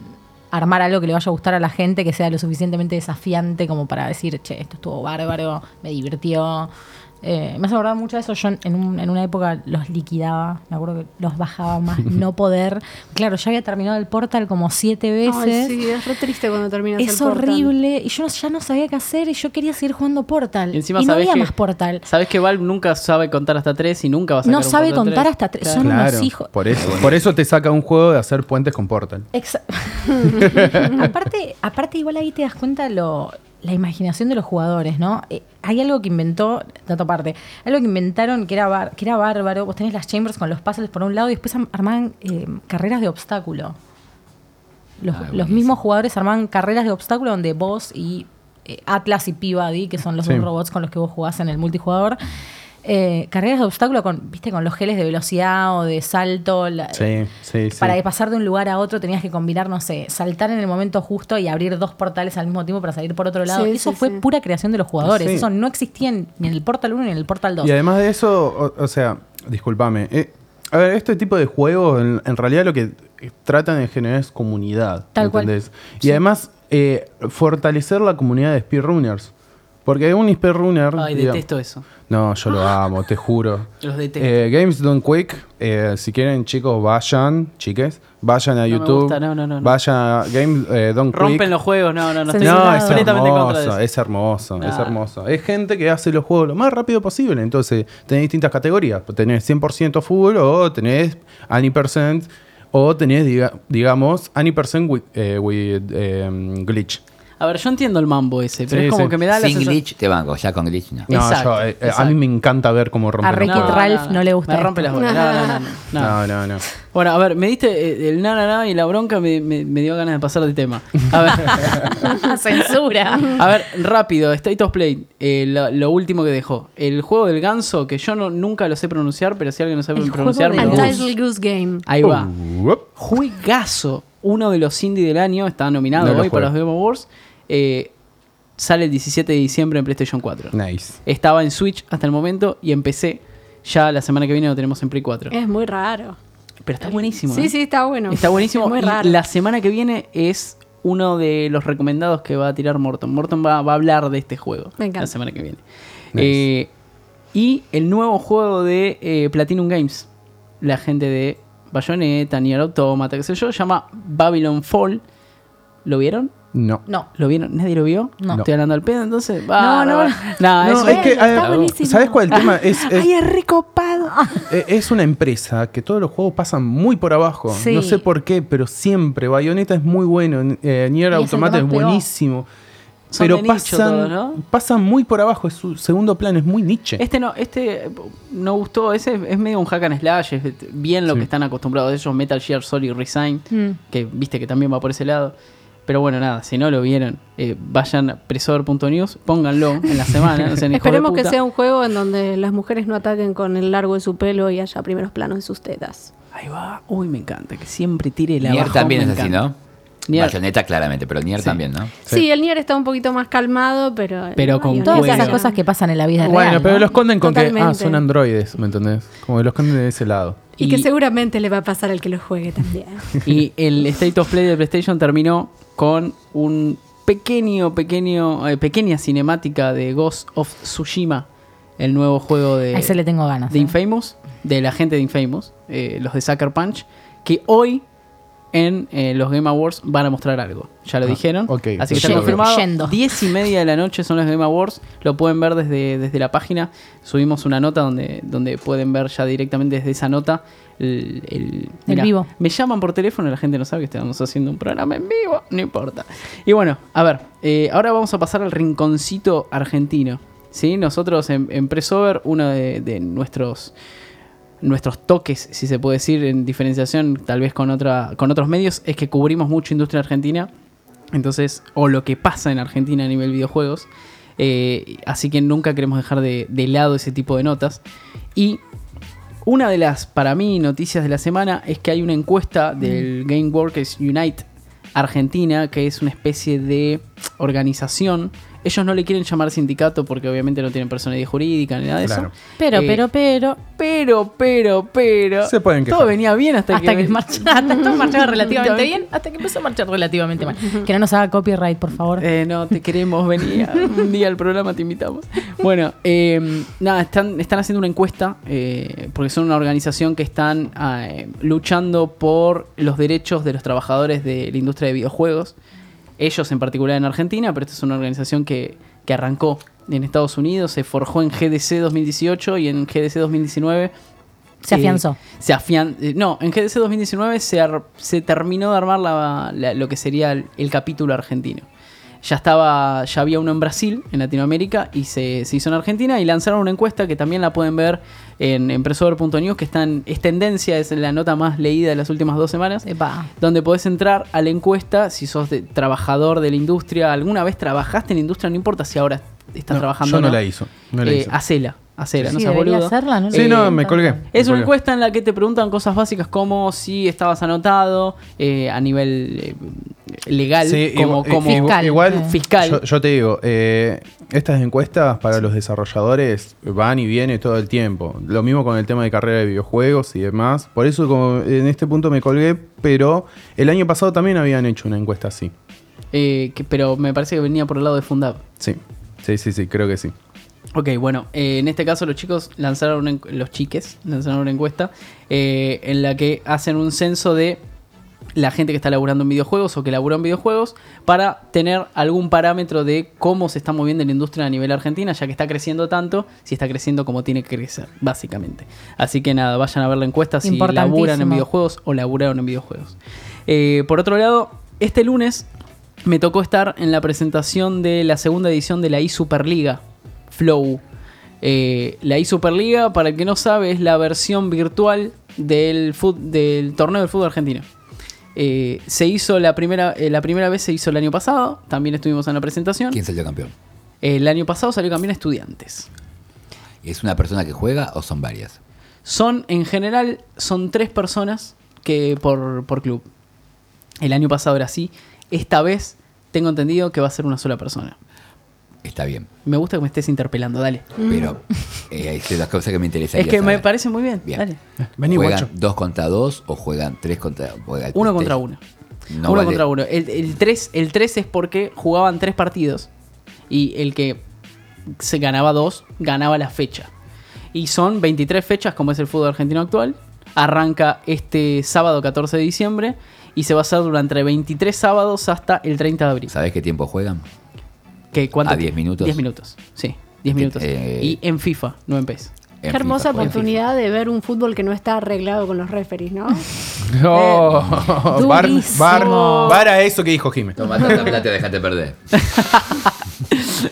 Speaker 6: armar algo que le vaya a gustar a la gente, que sea lo suficientemente desafiante como para decir, che, esto estuvo bárbaro, me divirtió. Eh, me has acordado mucho de eso. Yo en, un- en una época los liquidaba, me acuerdo que los bajaba más, no poder. Claro, ya había terminado el portal como siete veces.
Speaker 4: Ay, sí, es re triste cuando terminas el
Speaker 6: Es
Speaker 4: Portal.
Speaker 6: horrible. Y yo ya no sabía qué hacer y yo quería seguir jugando Portal.
Speaker 3: Y encima
Speaker 6: no
Speaker 3: sabés
Speaker 6: había
Speaker 3: que-
Speaker 6: más Portal.
Speaker 3: Sabes que Valve nunca sabe contar hasta tres y nunca va a sacar
Speaker 6: No
Speaker 3: un
Speaker 6: sabe
Speaker 3: Portal
Speaker 6: contar
Speaker 3: tres.
Speaker 6: hasta tres.
Speaker 3: Claro.
Speaker 6: Son unos hijos.
Speaker 5: Por eso, por eso te saca un juego de hacer puentes con Portal.
Speaker 6: Exa- aparte, aparte, igual ahí te das cuenta lo, la imaginación de los jugadores, ¿no? Eh, hay algo que inventó, dato aparte, algo que inventaron que era, bar- que era bárbaro. Vos tenés las chambers con los puzzles por un lado y después am- armaban eh, carreras de obstáculo. Los,
Speaker 7: Ah,
Speaker 6: los
Speaker 7: buenísimo.
Speaker 6: mismos jugadores armaban carreras de obstáculo donde vos y eh, Atlas y Peabody, que son los
Speaker 5: Sí.
Speaker 6: dos robots con los que vos jugás en el multijugador, eh, carreras de obstáculo con, viste, con los geles de velocidad o de salto, la-
Speaker 5: Sí, sí, sí.
Speaker 6: para que pasar de un lugar a otro tenías que combinar, no sé, saltar en el momento justo y abrir dos portales al mismo tiempo para salir por otro lado.
Speaker 4: Sí,
Speaker 6: eso
Speaker 4: sí,
Speaker 6: fue
Speaker 4: sí.
Speaker 6: pura creación de los jugadores.
Speaker 5: Sí.
Speaker 6: Eso no existía en- ni en el Portal 1 ni en el Portal 2.
Speaker 5: Y además de eso, o, o sea, discúlpame. eh, a ver, este tipo de juegos, en, en realidad lo que eh, tratan de generar es comunidad.
Speaker 6: Tal cual.
Speaker 5: Y además, eh, fortalecer la comunidad de speedrunners. Porque un speedrunner.
Speaker 3: Ay,
Speaker 5: diga-
Speaker 3: detesto eso.
Speaker 5: No, yo lo amo, te juro.
Speaker 3: Los detesto.
Speaker 5: Eh, Games Don't Quick, eh, si quieren, chicos, vayan, chiques, vayan a
Speaker 3: me
Speaker 5: YouTube.
Speaker 3: gusta, no, no, no, no.
Speaker 5: Vayan a Games eh, Don't Quick.
Speaker 3: Rompen los juegos, no, no, no. Estoy
Speaker 5: No, es
Speaker 3: completamente contra de
Speaker 5: hermoso,
Speaker 3: eso.
Speaker 5: es hermoso, es
Speaker 3: Ah.
Speaker 5: hermoso. Es gente que hace los juegos lo más rápido posible. Entonces, tenés distintas categorías. Tenés 100% full o tenés any percent o tenés, diga- digamos, any percent with, eh, with, em, glitch.
Speaker 3: A ver, yo entiendo el mambo ese, pero
Speaker 5: Sí,
Speaker 3: es como
Speaker 5: sí.
Speaker 3: que me da la
Speaker 7: Sin
Speaker 3: sensación-
Speaker 7: glitch te banco, ya con glitch no.
Speaker 5: No,
Speaker 3: Exacto,
Speaker 5: yo, eh, eh, a
Speaker 3: exacto.
Speaker 5: mí me encanta ver cómo rompen
Speaker 6: A
Speaker 5: los
Speaker 6: Ricky
Speaker 5: juegos.
Speaker 6: Ralph no le gusta
Speaker 3: Me rompe
Speaker 6: esto.
Speaker 3: las bolas. No, no, no, no, no.
Speaker 5: No, no, no.
Speaker 3: Bueno, a ver, me diste eh, el na, na, na y la bronca me, me- me dio ganas de pasar de tema. A ver,
Speaker 6: Censura.
Speaker 3: a ver rápido, State of Play, eh, lo, lo último que dejó. El juego del ganso, que yo no, nunca lo sé pronunciar, pero si alguien lo sabe
Speaker 6: El juego
Speaker 3: pronunciar,
Speaker 6: del
Speaker 3: me lo
Speaker 6: ganso.
Speaker 3: dice.
Speaker 4: Untitled Goose Game.
Speaker 3: Ahí va.
Speaker 5: Uop.
Speaker 3: Juegazo, uno de los indie del año, está nominado
Speaker 5: No lo
Speaker 3: hoy para los
Speaker 5: juego.
Speaker 3: Game Awards. eh, sale el 17 de diciembre en PlayStation 4.
Speaker 5: Nice.
Speaker 3: Estaba en Switch hasta el momento y en PC. Ya la semana que viene lo tenemos en Play 4.
Speaker 6: Eh,
Speaker 4: Es muy raro.
Speaker 3: Pero está buenísimo.
Speaker 4: Sí,
Speaker 3: ¿eh?
Speaker 4: sí, está bueno.
Speaker 3: Está buenísimo.
Speaker 4: Es muy
Speaker 3: y
Speaker 4: raro.
Speaker 3: la semana que viene es uno de los recomendados que va a tirar Morton. Morton va, va a hablar de este juego
Speaker 4: Me encanta.
Speaker 3: la semana que viene.
Speaker 5: Nice.
Speaker 3: Eh, y el nuevo juego de eh, Platinum Games, la gente de Bayonetta, Nier Automata, qué sé yo, llama Babylon Fall. ¿Lo vieron?
Speaker 5: No.
Speaker 6: No.
Speaker 3: ¿Lo vieron? ¿Nadie lo vio?
Speaker 6: No.
Speaker 3: Estoy hablando al pedo, entonces. va,
Speaker 6: no,
Speaker 3: va.
Speaker 6: no.
Speaker 3: Nah, eso
Speaker 5: No, es que,
Speaker 4: Bueno, está
Speaker 5: eh,
Speaker 4: buenísimo.
Speaker 5: ¿Sabes cuál es el tema? Es, es-
Speaker 4: Ay, es recopado.
Speaker 5: Eh, Es una empresa que todos los juegos pasan muy por abajo.
Speaker 6: Sí.
Speaker 5: No sé por qué, pero siempre. Bayonetta es muy bueno. Eh,
Speaker 6: Y es el
Speaker 5: Nier Automata
Speaker 6: que
Speaker 5: es
Speaker 6: más pegó.
Speaker 5: buenísimo.
Speaker 3: Son
Speaker 5: Pero
Speaker 3: de nicho
Speaker 5: pasan,
Speaker 3: todos, ¿no?
Speaker 5: pasan muy por abajo. Es su segundo plano. Es muy niche.
Speaker 3: Este no, este no gustó, ese es- es medio un hack and slash, es bien lo
Speaker 5: Sí.
Speaker 3: que están acostumbrados ellos, Metal Gear Solid Resign,
Speaker 6: Mm.
Speaker 3: que viste que también va por ese lado. Pero bueno, nada, si no lo vieron, eh, vayan a presor.news, pónganlo en la semana. no sean hijos de
Speaker 4: Esperemos que
Speaker 3: puta.
Speaker 4: sea un juego en donde las mujeres no ataquen con el largo de su pelo y haya primeros planos de sus tetas.
Speaker 3: Ahí va, uy, me encanta, que siempre tire la
Speaker 7: Nier también es así, ¿no?
Speaker 3: Nier.
Speaker 7: Bayonetta claramente, pero Nier también, ¿no?
Speaker 4: Sí, el Nier está un poquito más calmado, pero. eh,
Speaker 3: Pero
Speaker 4: no,
Speaker 3: con
Speaker 4: hay una
Speaker 6: Todas
Speaker 3: Bueno.
Speaker 6: esas cosas que pasan en la vida
Speaker 5: bueno,
Speaker 6: real.
Speaker 5: pero
Speaker 6: ¿no?
Speaker 5: lo esconden con que. Ah,
Speaker 4: Totalmente.
Speaker 5: son androides. ¿Me entendés? Como que lo esconden de ese lado.
Speaker 4: Y, que
Speaker 3: Y-
Speaker 4: seguramente le va a pasar al que lo juegue también.
Speaker 3: Y el State of Play de PlayStation terminó con un pequeño, pequeño, eh, pequeña cinemática de Ghost of Tsushima, el nuevo juego de...
Speaker 6: A ese le tengo ganas.
Speaker 3: de
Speaker 6: ¿eh?
Speaker 3: Infamous, de la gente de Infamous, eh, los de Sucker Punch, que hoy en eh, los Game Awards van a mostrar algo. Ya lo dijeron.
Speaker 5: Ah, ok,
Speaker 3: Así que
Speaker 5: perfecto.
Speaker 3: está confirmado.
Speaker 6: Yendo.
Speaker 3: 10 y media de la noche son los Game Awards. Lo pueden ver desde, desde la página. Subimos una nota donde, donde pueden ver ya directamente desde esa nota el, el- mirá,
Speaker 6: vivo.
Speaker 3: Me llaman por teléfono y la gente no sabe que estamos haciendo un programa en vivo. No importa. Y bueno, a ver. eh, ahora vamos a pasar al rinconcito argentino. ¿sí? Nosotros en, en Pressover, uno de, de nuestros nuestros toques, si se puede decir, en diferenciación tal vez con, otra, con otros medios, es que cubrimos mucho industria argentina. Entonces, o lo que pasa en Argentina a nivel videojuegos. Eh, así que nunca queremos dejar de, de lado ese tipo de notas. Y una de las, para mí, noticias de la semana es que hay una encuesta del
Speaker 5: Mm.
Speaker 3: Game Workers Unite Argentina, que es una especie de organización. Ellos no le quieren llamar sindicato porque obviamente no tienen personalidad jurídica ni nada de
Speaker 5: Claro.
Speaker 3: eso.
Speaker 6: Pero,
Speaker 3: Eh,
Speaker 6: pero, pero.
Speaker 3: pero, pero, pero.
Speaker 5: Se pueden quejar.
Speaker 3: Todo venía bien hasta,
Speaker 6: Hasta que,
Speaker 3: que
Speaker 6: marcha- hasta todo marchaba relativamente bien, hasta que empezó a marchar relativamente mal. Que no nos haga copyright, por favor.
Speaker 3: Eh, no, te queremos, venía. Un día al programa te invitamos. Bueno, eh, nada, están, están haciendo una encuesta eh, porque son una organización que están eh, luchando por los derechos de los trabajadores de la industria de videojuegos. Ellos en particular en Argentina, pero esta es una organización que, que arrancó en Estados Unidos, se forjó en GDC 2018 y en GDC 2019
Speaker 6: Se afianzó.
Speaker 3: eh, se afian eh, No, en GDC 2019 se, ar- se terminó de armar la- la- lo que sería el, el capítulo argentino. Ya estaba, ya había uno en Brasil, en Latinoamérica, y se, se hizo en Argentina y lanzaron una encuesta que también la pueden ver en empresor.news, que está en- es tendencia, es la nota más leída de las últimas dos semanas
Speaker 6: Epa.
Speaker 3: donde podés entrar a la encuesta si sos de- trabajador de la industria, alguna vez trabajaste en la industria, no importa si ahora estás
Speaker 5: No,
Speaker 3: trabajando. ah,
Speaker 5: yo
Speaker 3: o Eh,
Speaker 5: no la hizo, no la hice.
Speaker 3: Hacela, hacela,
Speaker 6: Sí,
Speaker 3: no seas
Speaker 6: debería
Speaker 3: boludo.
Speaker 6: hacerla, no la
Speaker 5: Sí,
Speaker 6: hice.
Speaker 5: no, me colgué.
Speaker 3: eh, Es una
Speaker 5: Me colgué.
Speaker 3: encuesta en la que te preguntan cosas básicas como si estabas anotado eh, a nivel eh, legal,
Speaker 5: Sí,
Speaker 3: como,
Speaker 5: igual-
Speaker 3: como-
Speaker 5: igual- igual-
Speaker 3: fiscal.
Speaker 5: Yo, yo te digo, eh, estas encuestas para los desarrolladores van y vienen todo el tiempo. Lo mismo con el tema de carrera de videojuegos y demás. Por eso como en este punto me colgué, pero el año pasado también habían hecho una encuesta así.
Speaker 3: eh, que- pero me parece que venía por el lado de Fundab.
Speaker 5: Sí, sí, sí, sí, creo que sí.
Speaker 3: Ok, bueno, eh, en este caso los chicos lanzaron una encu- los chiques lanzaron una encuesta eh, en la que hacen un censo de la gente que está laburando en videojuegos o que labura en videojuegos para tener algún parámetro de cómo se está moviendo la industria a nivel argentina, ya que está creciendo tanto, si está creciendo como tiene que crecer, básicamente. Así que nada, vayan a ver la encuesta si
Speaker 6: Importantísimo.
Speaker 3: laburan en videojuegos o laburaron en videojuegos. Eh, por otro lado, este lunes me tocó estar en la presentación de la segunda edición de la iSuperliga, Flow. Eh, la iSuperliga, para el que no sabe, es la versión virtual del, fut- del torneo del fútbol argentino. Eh, se hizo la primera, eh, la primera vez se hizo el año pasado, también estuvimos en la presentación.
Speaker 7: ¿Quién salió campeón?
Speaker 3: El año pasado salió también estudiantes.
Speaker 7: ¿Es una persona que juega o son varias?
Speaker 3: Son, en general, son tres personas que por, por club. El año pasado era así. Esta vez tengo entendido que va a ser una sola persona.
Speaker 7: Está bien.
Speaker 3: Me gusta que me estés interpelando, dale.
Speaker 7: Pero eh, es de las cosas que me interesan.
Speaker 3: Mm. Es que me parece muy bien.
Speaker 7: Bien.
Speaker 3: Dale.
Speaker 5: Vení,
Speaker 7: ¿Juegan
Speaker 5: guacho.
Speaker 7: dos contra dos o juegan tres contra juega el
Speaker 3: Uno
Speaker 7: tres-
Speaker 3: contra uno.
Speaker 7: Este No
Speaker 3: uno
Speaker 7: vale.
Speaker 3: contra uno. El, el, tres, el tres es porque jugaban tres partidos y el que se ganaba dos ganaba la fecha. Y son 23 fechas como es el fútbol argentino actual. Arranca este sábado 14 de diciembre y se va a hacer durante 23 sábados hasta el 30 de abril.
Speaker 7: ¿Sabés qué tiempo juegan?
Speaker 3: ¿Qué, cuánto?
Speaker 7: ¿A 10 minutos?
Speaker 3: 10 minutos, sí. 10 minutos.
Speaker 7: Eh,
Speaker 3: y en FIFA, no en E PES.
Speaker 7: En
Speaker 4: Qué hermosa
Speaker 7: FIFA juegan.
Speaker 4: oportunidad de ver un fútbol que no está arreglado con los referees, ¿no?
Speaker 3: Eh,
Speaker 5: No, Oh, bar,
Speaker 6: durísimo.
Speaker 5: bar, bar a eso que dijo Jimé.
Speaker 7: Tomá tanta plata, dejate perder.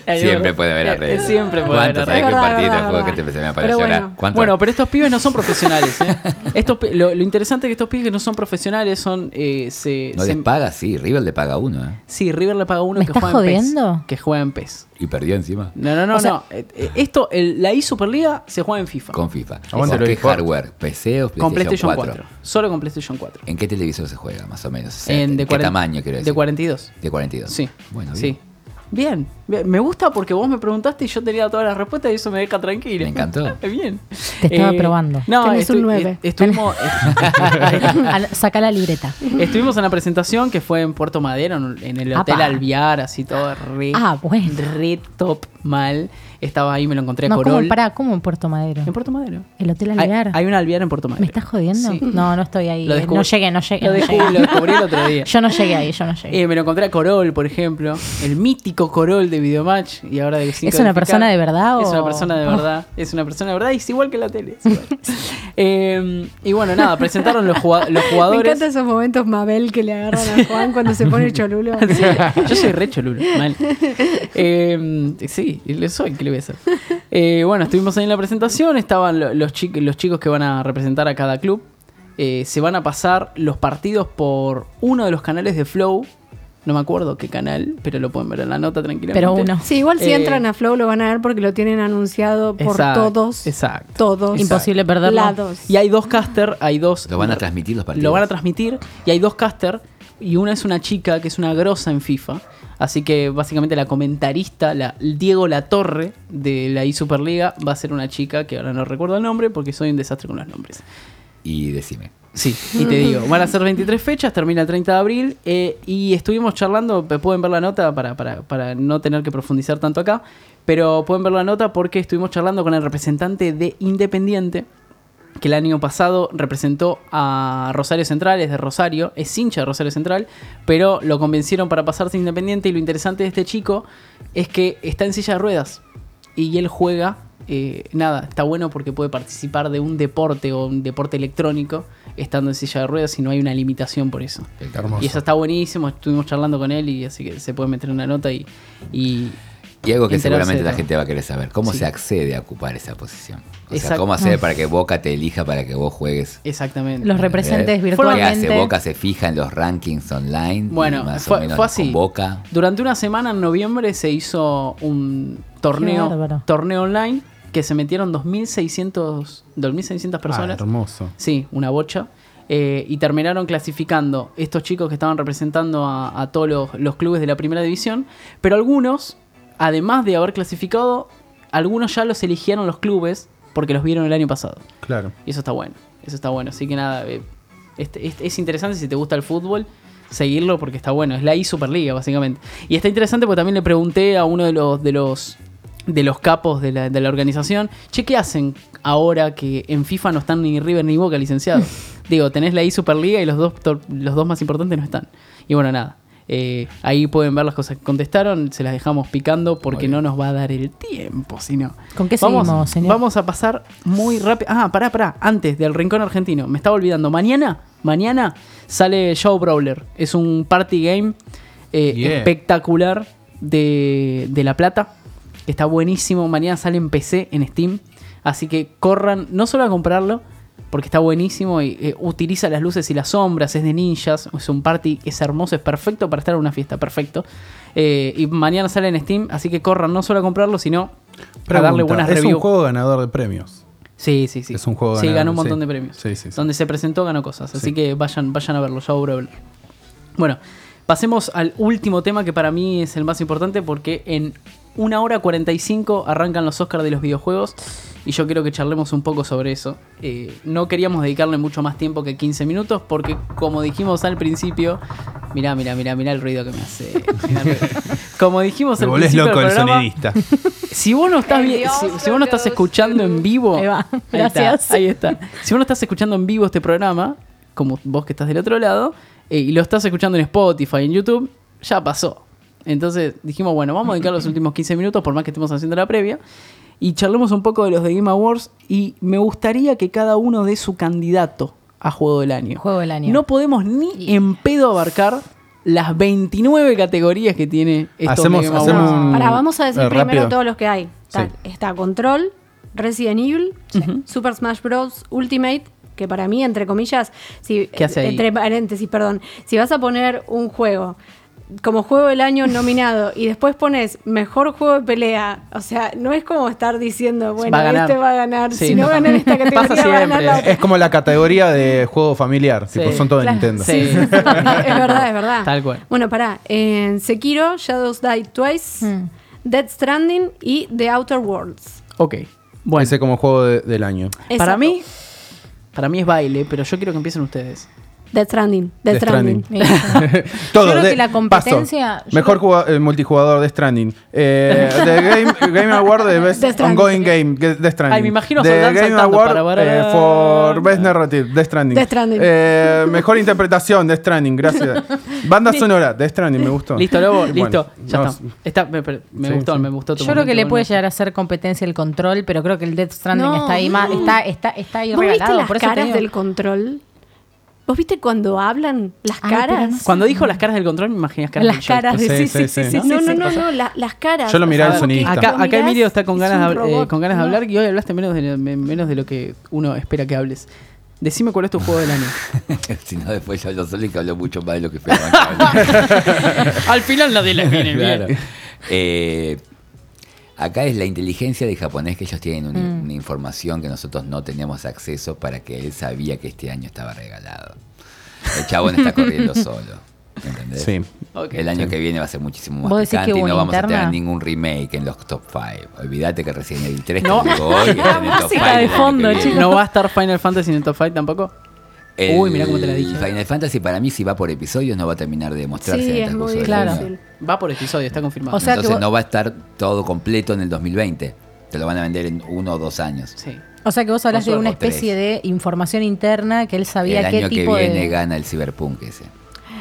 Speaker 3: Ahí
Speaker 7: Siempre
Speaker 3: va.
Speaker 7: puede haber
Speaker 3: Eh,
Speaker 7: arreglo.
Speaker 3: Siempre puede haber
Speaker 7: ¿Cuántos
Speaker 3: arreglo.
Speaker 7: sabés qué
Speaker 4: Verdad,
Speaker 7: partido
Speaker 4: verdad,
Speaker 7: juego que
Speaker 4: verdad.
Speaker 7: te se me aparece
Speaker 4: Pero
Speaker 7: ahora?
Speaker 4: bueno.
Speaker 7: ¿Cuántos?
Speaker 3: Bueno, pero estos pibes no son profesionales. ¿eh? Estos, pi- lo, lo interesante es que estos pibes que no son profesionales son. eh, se,
Speaker 7: no
Speaker 3: se-
Speaker 7: les paga, sí. River le paga a uno, ¿eh?
Speaker 3: Sí, River le paga uno
Speaker 6: ¿Me
Speaker 3: que
Speaker 6: estás
Speaker 3: juega en
Speaker 6: jodiendo?
Speaker 3: PES. Que juega en PES.
Speaker 7: Y perdió encima.
Speaker 3: No, no, no,
Speaker 6: O sea-
Speaker 3: no. Eh, eh, Esto, el- la iSuperliga se juega en FIFA. Con,
Speaker 7: Con FIFA. ¿Con
Speaker 5: Aguante
Speaker 7: qué
Speaker 5: los eSports.
Speaker 7: hardware? ¿PC o PlayStation,
Speaker 3: PlayStation 4.
Speaker 7: 4?
Speaker 3: Solo con PlayStation 4.
Speaker 7: ¿En qué televisor se juega, más o menos? O sea,
Speaker 3: En, de
Speaker 7: ¿Qué
Speaker 3: 40
Speaker 7: tamaño, quiero decir?
Speaker 3: De 42.
Speaker 7: De 42.
Speaker 3: Sí.
Speaker 7: Bueno, bien.
Speaker 3: sí. Bien. Bien. Me gusta porque vos me preguntaste y yo tenía todas las respuestas y eso me deja tranquilo.
Speaker 7: Me encantó.
Speaker 3: Bien. Eh,
Speaker 6: Te estaba probando.
Speaker 3: No,
Speaker 4: Tenés un
Speaker 3: estu-
Speaker 4: nueve.
Speaker 3: est- estuvimos. eh,
Speaker 6: Al- Saca la libreta.
Speaker 3: Estuvimos en la presentación que fue en Puerto Madero, en en el Hotel
Speaker 6: Apa.
Speaker 3: Alviar, así todo re,
Speaker 6: Ah, bueno.
Speaker 3: re top mal. Estaba ahí, me lo encontré
Speaker 6: No,
Speaker 3: a
Speaker 6: ¿cómo,
Speaker 3: Corol.
Speaker 6: pará, ¿cómo en Puerto Madero?
Speaker 3: En Puerto Madero.
Speaker 6: ¿El Hotel
Speaker 3: Hay,
Speaker 6: Alvear?
Speaker 3: hay un alvear en Puerto Madero.
Speaker 6: ¿Me estás jodiendo?
Speaker 3: Sí.
Speaker 6: No, no estoy ahí.
Speaker 3: Lo descubrí-
Speaker 6: no llegué, no llegué.
Speaker 3: Lo
Speaker 6: no
Speaker 3: descubrí,
Speaker 6: llegué.
Speaker 3: lo descubrí el otro día.
Speaker 6: Yo no llegué ahí, yo no llegué.
Speaker 3: Eh, me lo encontré a Corol, por ejemplo. El mítico Corol de Videomatch. Y ahora de Sin
Speaker 6: ¿Es una
Speaker 3: Codificar.
Speaker 6: persona de verdad o- Oh.
Speaker 3: Es una persona de verdad. Es una persona de verdad y es igual que la tele. es igual. Eh, y bueno, nada, presentaron los, jugado- los
Speaker 4: Me
Speaker 3: jugadores.
Speaker 4: encantan esos momentos Mabel que le agarran a Juan cuando se pone cholulo.
Speaker 3: Yo soy re cholulo, mal. Eh, sí, lo soy, ¿qué le voy a hacer? Eh, bueno, estuvimos ahí en la presentación, estaban lo- los, chi- los chicos que van a representar a cada club. Eh, se van a pasar los partidos por uno de los canales de Flow. No me acuerdo qué canal, pero lo pueden ver en la nota tranquilamente.
Speaker 6: Pero uno.
Speaker 4: Sí, igual si
Speaker 3: Eh,
Speaker 4: entran a Flow lo van a ver porque lo tienen anunciado por
Speaker 3: Exacto,
Speaker 4: todos.
Speaker 3: Exacto.
Speaker 4: Todos.
Speaker 6: Imposible perderlo.
Speaker 4: Lados.
Speaker 3: Y hay dos caster, hay dos.
Speaker 7: Lo van a transmitir los partidos.
Speaker 3: Lo van a transmitir y hay dos caster y una es una chica que es una grosa en FIFA. Así que básicamente la comentarista, la Diego Latorre de la iSuperliga va a ser una chica que ahora no recuerdo el nombre porque soy un desastre con los nombres.
Speaker 7: Y decime.
Speaker 3: Sí, y te digo, van a ser 23 fechas, termina el 30 de abril eh, y estuvimos charlando, p- pueden ver la nota para, para, para no tener que profundizar tanto acá, pero pueden ver la nota porque estuvimos charlando con el representante de Independiente, que el año pasado representó a Rosario Central, es de Rosario, es hincha de Rosario Central, pero lo convencieron para pasarse a Independiente y lo interesante de este chico es que está en silla de ruedas y él juega, eh, nada, está bueno porque puede participar de un deporte o un deporte electrónico estando en silla de ruedas y no hay una limitación por eso. Y eso está buenísimo, estuvimos charlando con él y así que se puede meter una nota y... y-
Speaker 7: Y algo que
Speaker 3: Enterarse
Speaker 7: seguramente
Speaker 3: de
Speaker 7: la
Speaker 3: todo.
Speaker 7: gente va a querer saber, ¿cómo
Speaker 3: eh, Sí.
Speaker 7: se accede a ocupar esa posición? O sea,
Speaker 3: Exacto.
Speaker 7: ¿cómo hacer para que Boca te elija para que vos juegues? Eh,
Speaker 3: exactamente.
Speaker 6: Los representes
Speaker 7: ¿Qué
Speaker 6: virtualmente.
Speaker 7: hace? Boca se fija en los rankings online. y
Speaker 3: Bueno,
Speaker 7: más o
Speaker 3: fue,
Speaker 7: menos
Speaker 3: fue
Speaker 7: los
Speaker 3: así.
Speaker 7: convoca.
Speaker 3: Durante una semana en noviembre se hizo un
Speaker 6: Qué bárbaro.
Speaker 3: torneo, torneo online que se metieron 2.600 2.600 personas.
Speaker 5: Ah, hermoso.
Speaker 3: Sí, una bocha. Eh, y terminaron clasificando estos chicos que estaban representando a, a todos los, los clubes de la primera división. Pero algunos, además de haber clasificado, algunos ya los eligieron los clubes porque los vieron el año pasado.
Speaker 5: Claro.
Speaker 3: Y eso está bueno. Eso está bueno. Así que nada, eh, este- este- es interesante si te gusta el fútbol seguirlo porque está bueno. Es la I Superliga, básicamente. Y está interesante porque también le pregunté a uno de los de los de los capos de la, de la organización, che, ¿qué hacen ahora que en FIFA no están ni River ni Boca licenciados? Digo, tenés la I Superliga y los dos, tor- los dos más importantes no están. Y bueno, nada. Eh, ahí pueden ver las cosas que contestaron, se las dejamos picando porque no nos va a dar el tiempo, sino...
Speaker 6: ¿Con qué seguimos, señor?
Speaker 3: Vamos a pasar muy rápido. Ah, pará, pará. Antes del Rincón Argentino. Me estaba olvidando. Mañana, mañana sale Show Brawler. Es un party game eh,
Speaker 5: Yeah.
Speaker 3: espectacular de, de La Plata. Está buenísimo. Mañana sale en PC, en Steam. Así que corran, no solo a comprarlo, porque está buenísimo y eh, utiliza las luces y las sombras, es de ninjas, es un party, es hermoso, es perfecto para estar en una fiesta, perfecto. Eh, y mañana sale en Steam, así que corran no solo a comprarlo, sino a darle
Speaker 5: Pregunta,
Speaker 3: buenas
Speaker 5: es
Speaker 3: reviews.
Speaker 5: un juego ganador de premios.
Speaker 3: Sí, sí, sí.
Speaker 5: Es un juego
Speaker 3: Sí,
Speaker 5: ganador,
Speaker 3: ganó un montón
Speaker 5: sí.
Speaker 3: de premios.
Speaker 5: Sí, sí, sí.
Speaker 3: Donde se presentó ganó cosas. Así
Speaker 5: Sí.
Speaker 3: que vayan, vayan a verlo, ya obro hablar. Bueno, pasemos al último tema que para mí es el más importante porque en una hora 45 arrancan los Oscars de los videojuegos y yo quiero que charlemos un poco sobre eso. Eh, no queríamos dedicarle mucho más tiempo que 15 minutos porque como dijimos al principio... Mirá, mirá, mirá, mirá el ruido que me hace. mirá el ruido. Como dijimos
Speaker 5: Te
Speaker 3: al
Speaker 5: volvés
Speaker 3: principio
Speaker 5: loco
Speaker 3: del
Speaker 5: el
Speaker 3: programa,
Speaker 5: sonidista.
Speaker 3: si vos no estás vi- si, si vos no estás escuchando en vivo,
Speaker 6: Ahí va.
Speaker 3: ahí está,
Speaker 6: Gracias.
Speaker 3: Ahí está, Si vos no estás escuchando en vivo este programa, como vos que estás del otro lado, eh, y lo estás escuchando en Spotify, en YouTube, ya pasó. Entonces dijimos, bueno, vamos a dedicar los últimos 15 minutos, por más que estemos haciendo la previa, y charlemos un poco de los de Game Awards. Y me gustaría que cada uno dé su candidato a juego del año.
Speaker 6: Juego del año.
Speaker 3: No podemos ni
Speaker 6: Y-
Speaker 3: en pedo abarcar las 29 categorías que tiene estos de
Speaker 5: Hacemos-
Speaker 3: Game
Speaker 5: hacemos
Speaker 3: Awards.
Speaker 5: un-
Speaker 4: Pará, vamos a decir
Speaker 5: eh,
Speaker 4: primero
Speaker 5: rápido.
Speaker 4: todos los que hay. Está,
Speaker 5: Sí.
Speaker 4: está Control, Resident Evil, Super Smash Bros. Ultimate, que para mí, entre comillas, si,
Speaker 3: ¿Qué hace ahí?
Speaker 4: entre paréntesis, perdón, si vas a poner un juego como juego del año nominado y después pones mejor juego de pelea, o sea, no es como estar diciendo, bueno,
Speaker 3: Va a ganar.
Speaker 4: este va a ganar,
Speaker 3: Sí,
Speaker 4: si no,
Speaker 3: no.
Speaker 4: gana en esta categoría,
Speaker 3: Pasa
Speaker 4: va a ganar la
Speaker 3: siempre.
Speaker 4: otra.
Speaker 5: es como la categoría de juego familiar.
Speaker 3: Sí.
Speaker 5: Tipo, son todo de
Speaker 4: Claro.
Speaker 5: Nintendo.
Speaker 3: Sí.
Speaker 4: es verdad, es verdad.
Speaker 3: Tal cual.
Speaker 4: Bueno, pará. En Sekiro, Shadows Die Twice,
Speaker 6: Mm.
Speaker 4: Dead Stranding y The Outer Worlds.
Speaker 3: Ok. Bueno.
Speaker 5: Ese como juego de- del año.
Speaker 4: Exacto.
Speaker 3: Para mí, para mí es baile, pero yo quiero que empiecen ustedes.
Speaker 4: Death Stranding.
Speaker 5: Death
Speaker 4: Death Stranding.
Speaker 5: Stranding.
Speaker 6: Listo.
Speaker 5: Todo,
Speaker 6: Yo creo
Speaker 5: de-
Speaker 6: que la competencia-
Speaker 5: paso.
Speaker 6: yo
Speaker 5: Mejor
Speaker 6: creo-
Speaker 5: jugador, multijugador de Stranding. Eh, the Game, Game Award de Best
Speaker 4: Death Stranding.
Speaker 5: Ongoing Game. que- Death Stranding.
Speaker 3: Ay, me imagino
Speaker 5: The
Speaker 3: Soldán
Speaker 5: Game
Speaker 3: saltando
Speaker 5: Award
Speaker 3: para- para-
Speaker 5: eh, for Best Narrative. Death Stranding.
Speaker 4: Death Stranding.
Speaker 5: Eh, mejor interpretación. Death Stranding. Gracias. Banda sonora. Death Stranding. Me gustó.
Speaker 3: Listo, Lobo,
Speaker 5: Bueno,
Speaker 3: listo. Ya
Speaker 5: no,
Speaker 3: está. Está- Me, me- me
Speaker 5: Sí,
Speaker 3: gustó,
Speaker 5: sí.
Speaker 3: me gustó. tu
Speaker 6: Yo creo que
Speaker 3: momento,
Speaker 6: le
Speaker 3: bueno.
Speaker 6: puede llegar a hacer competencia el control, pero creo que el Death Stranding
Speaker 4: No.
Speaker 6: está ahí más, está, está, está ahí
Speaker 4: ¿Vos viste
Speaker 6: regalado.
Speaker 4: las
Speaker 6: por eso te
Speaker 4: caras
Speaker 6: digo.
Speaker 4: del control? ¿Vos viste cuando hablan las
Speaker 3: Ah,
Speaker 6: Ay, pero no
Speaker 4: caras?
Speaker 6: sé.
Speaker 3: Cuando dijo las caras del control, me imaginé las caras
Speaker 6: Las
Speaker 3: del joystick.
Speaker 6: caras de
Speaker 5: Sí,
Speaker 6: sí,
Speaker 5: sí, sí.
Speaker 6: sí, sí, sí,
Speaker 4: No,
Speaker 6: sí,
Speaker 4: no,
Speaker 6: sí.
Speaker 4: no, no, la- las caras.
Speaker 5: Yo lo miré
Speaker 4: O sea,
Speaker 5: al
Speaker 4: como
Speaker 5: sonidista.
Speaker 4: que
Speaker 5: Acá-
Speaker 4: lo
Speaker 3: Acá, acá
Speaker 4: mirás,
Speaker 3: Emilio está con
Speaker 4: es
Speaker 3: ganas,
Speaker 4: un
Speaker 3: de- eh,
Speaker 4: robot.
Speaker 3: con ganas de
Speaker 4: No.
Speaker 3: hablar y hoy hablaste menos de, lo- me- menos de lo que uno espera que hables. Decime cuál es tu juego del año.
Speaker 7: si no, después yo hablo solo y que hablo mucho más de lo que esperaba.
Speaker 3: Al final nadie les viene
Speaker 7: claro. Eh, acá es la inteligencia del japonés que ellos tienen una,
Speaker 6: Mm.
Speaker 7: una información que nosotros no tenemos acceso para que él sabía que este año estaba regalado. El chabón está corriendo solo. ¿Entendés?
Speaker 5: Sí.
Speaker 3: Ok.
Speaker 7: El año que viene va a ser muchísimo más
Speaker 6: ¿Vos decís
Speaker 7: picante
Speaker 6: que
Speaker 7: y
Speaker 6: hubo
Speaker 7: no
Speaker 6: una
Speaker 7: vamos a tener
Speaker 6: interna?
Speaker 7: ningún remake en los top 5. Olvídate que recién el 3
Speaker 3: No.
Speaker 7: llegó hoy. está en el top
Speaker 6: Música de
Speaker 7: five del año que
Speaker 6: fondo,
Speaker 7: viene.
Speaker 6: chicos.
Speaker 3: ¿No va a estar Final Fantasy en el top 5 tampoco?
Speaker 7: El
Speaker 3: Uy, mirá cómo te la dije.
Speaker 7: Final Fantasy para mí, si va por episodios, no va a terminar de demostrarse en
Speaker 4: Sí,
Speaker 7: el
Speaker 4: es
Speaker 7: transcurso
Speaker 4: muy
Speaker 7: del
Speaker 6: Claro.
Speaker 7: año.
Speaker 4: difícil.
Speaker 3: Va por episodio, está confirmado.
Speaker 6: O sea- que
Speaker 7: Entonces
Speaker 6: vos-
Speaker 7: no va a estar todo completo en el 2020. Te lo van a vender en uno o dos años.
Speaker 3: sí.
Speaker 6: O sea que vos hablas de
Speaker 7: Consola
Speaker 6: una
Speaker 7: o tres.
Speaker 6: especie de información interna que él sabía
Speaker 7: el
Speaker 6: qué
Speaker 7: año que
Speaker 6: tipo
Speaker 7: viene
Speaker 6: de.
Speaker 7: gana el Cyberpunk ese.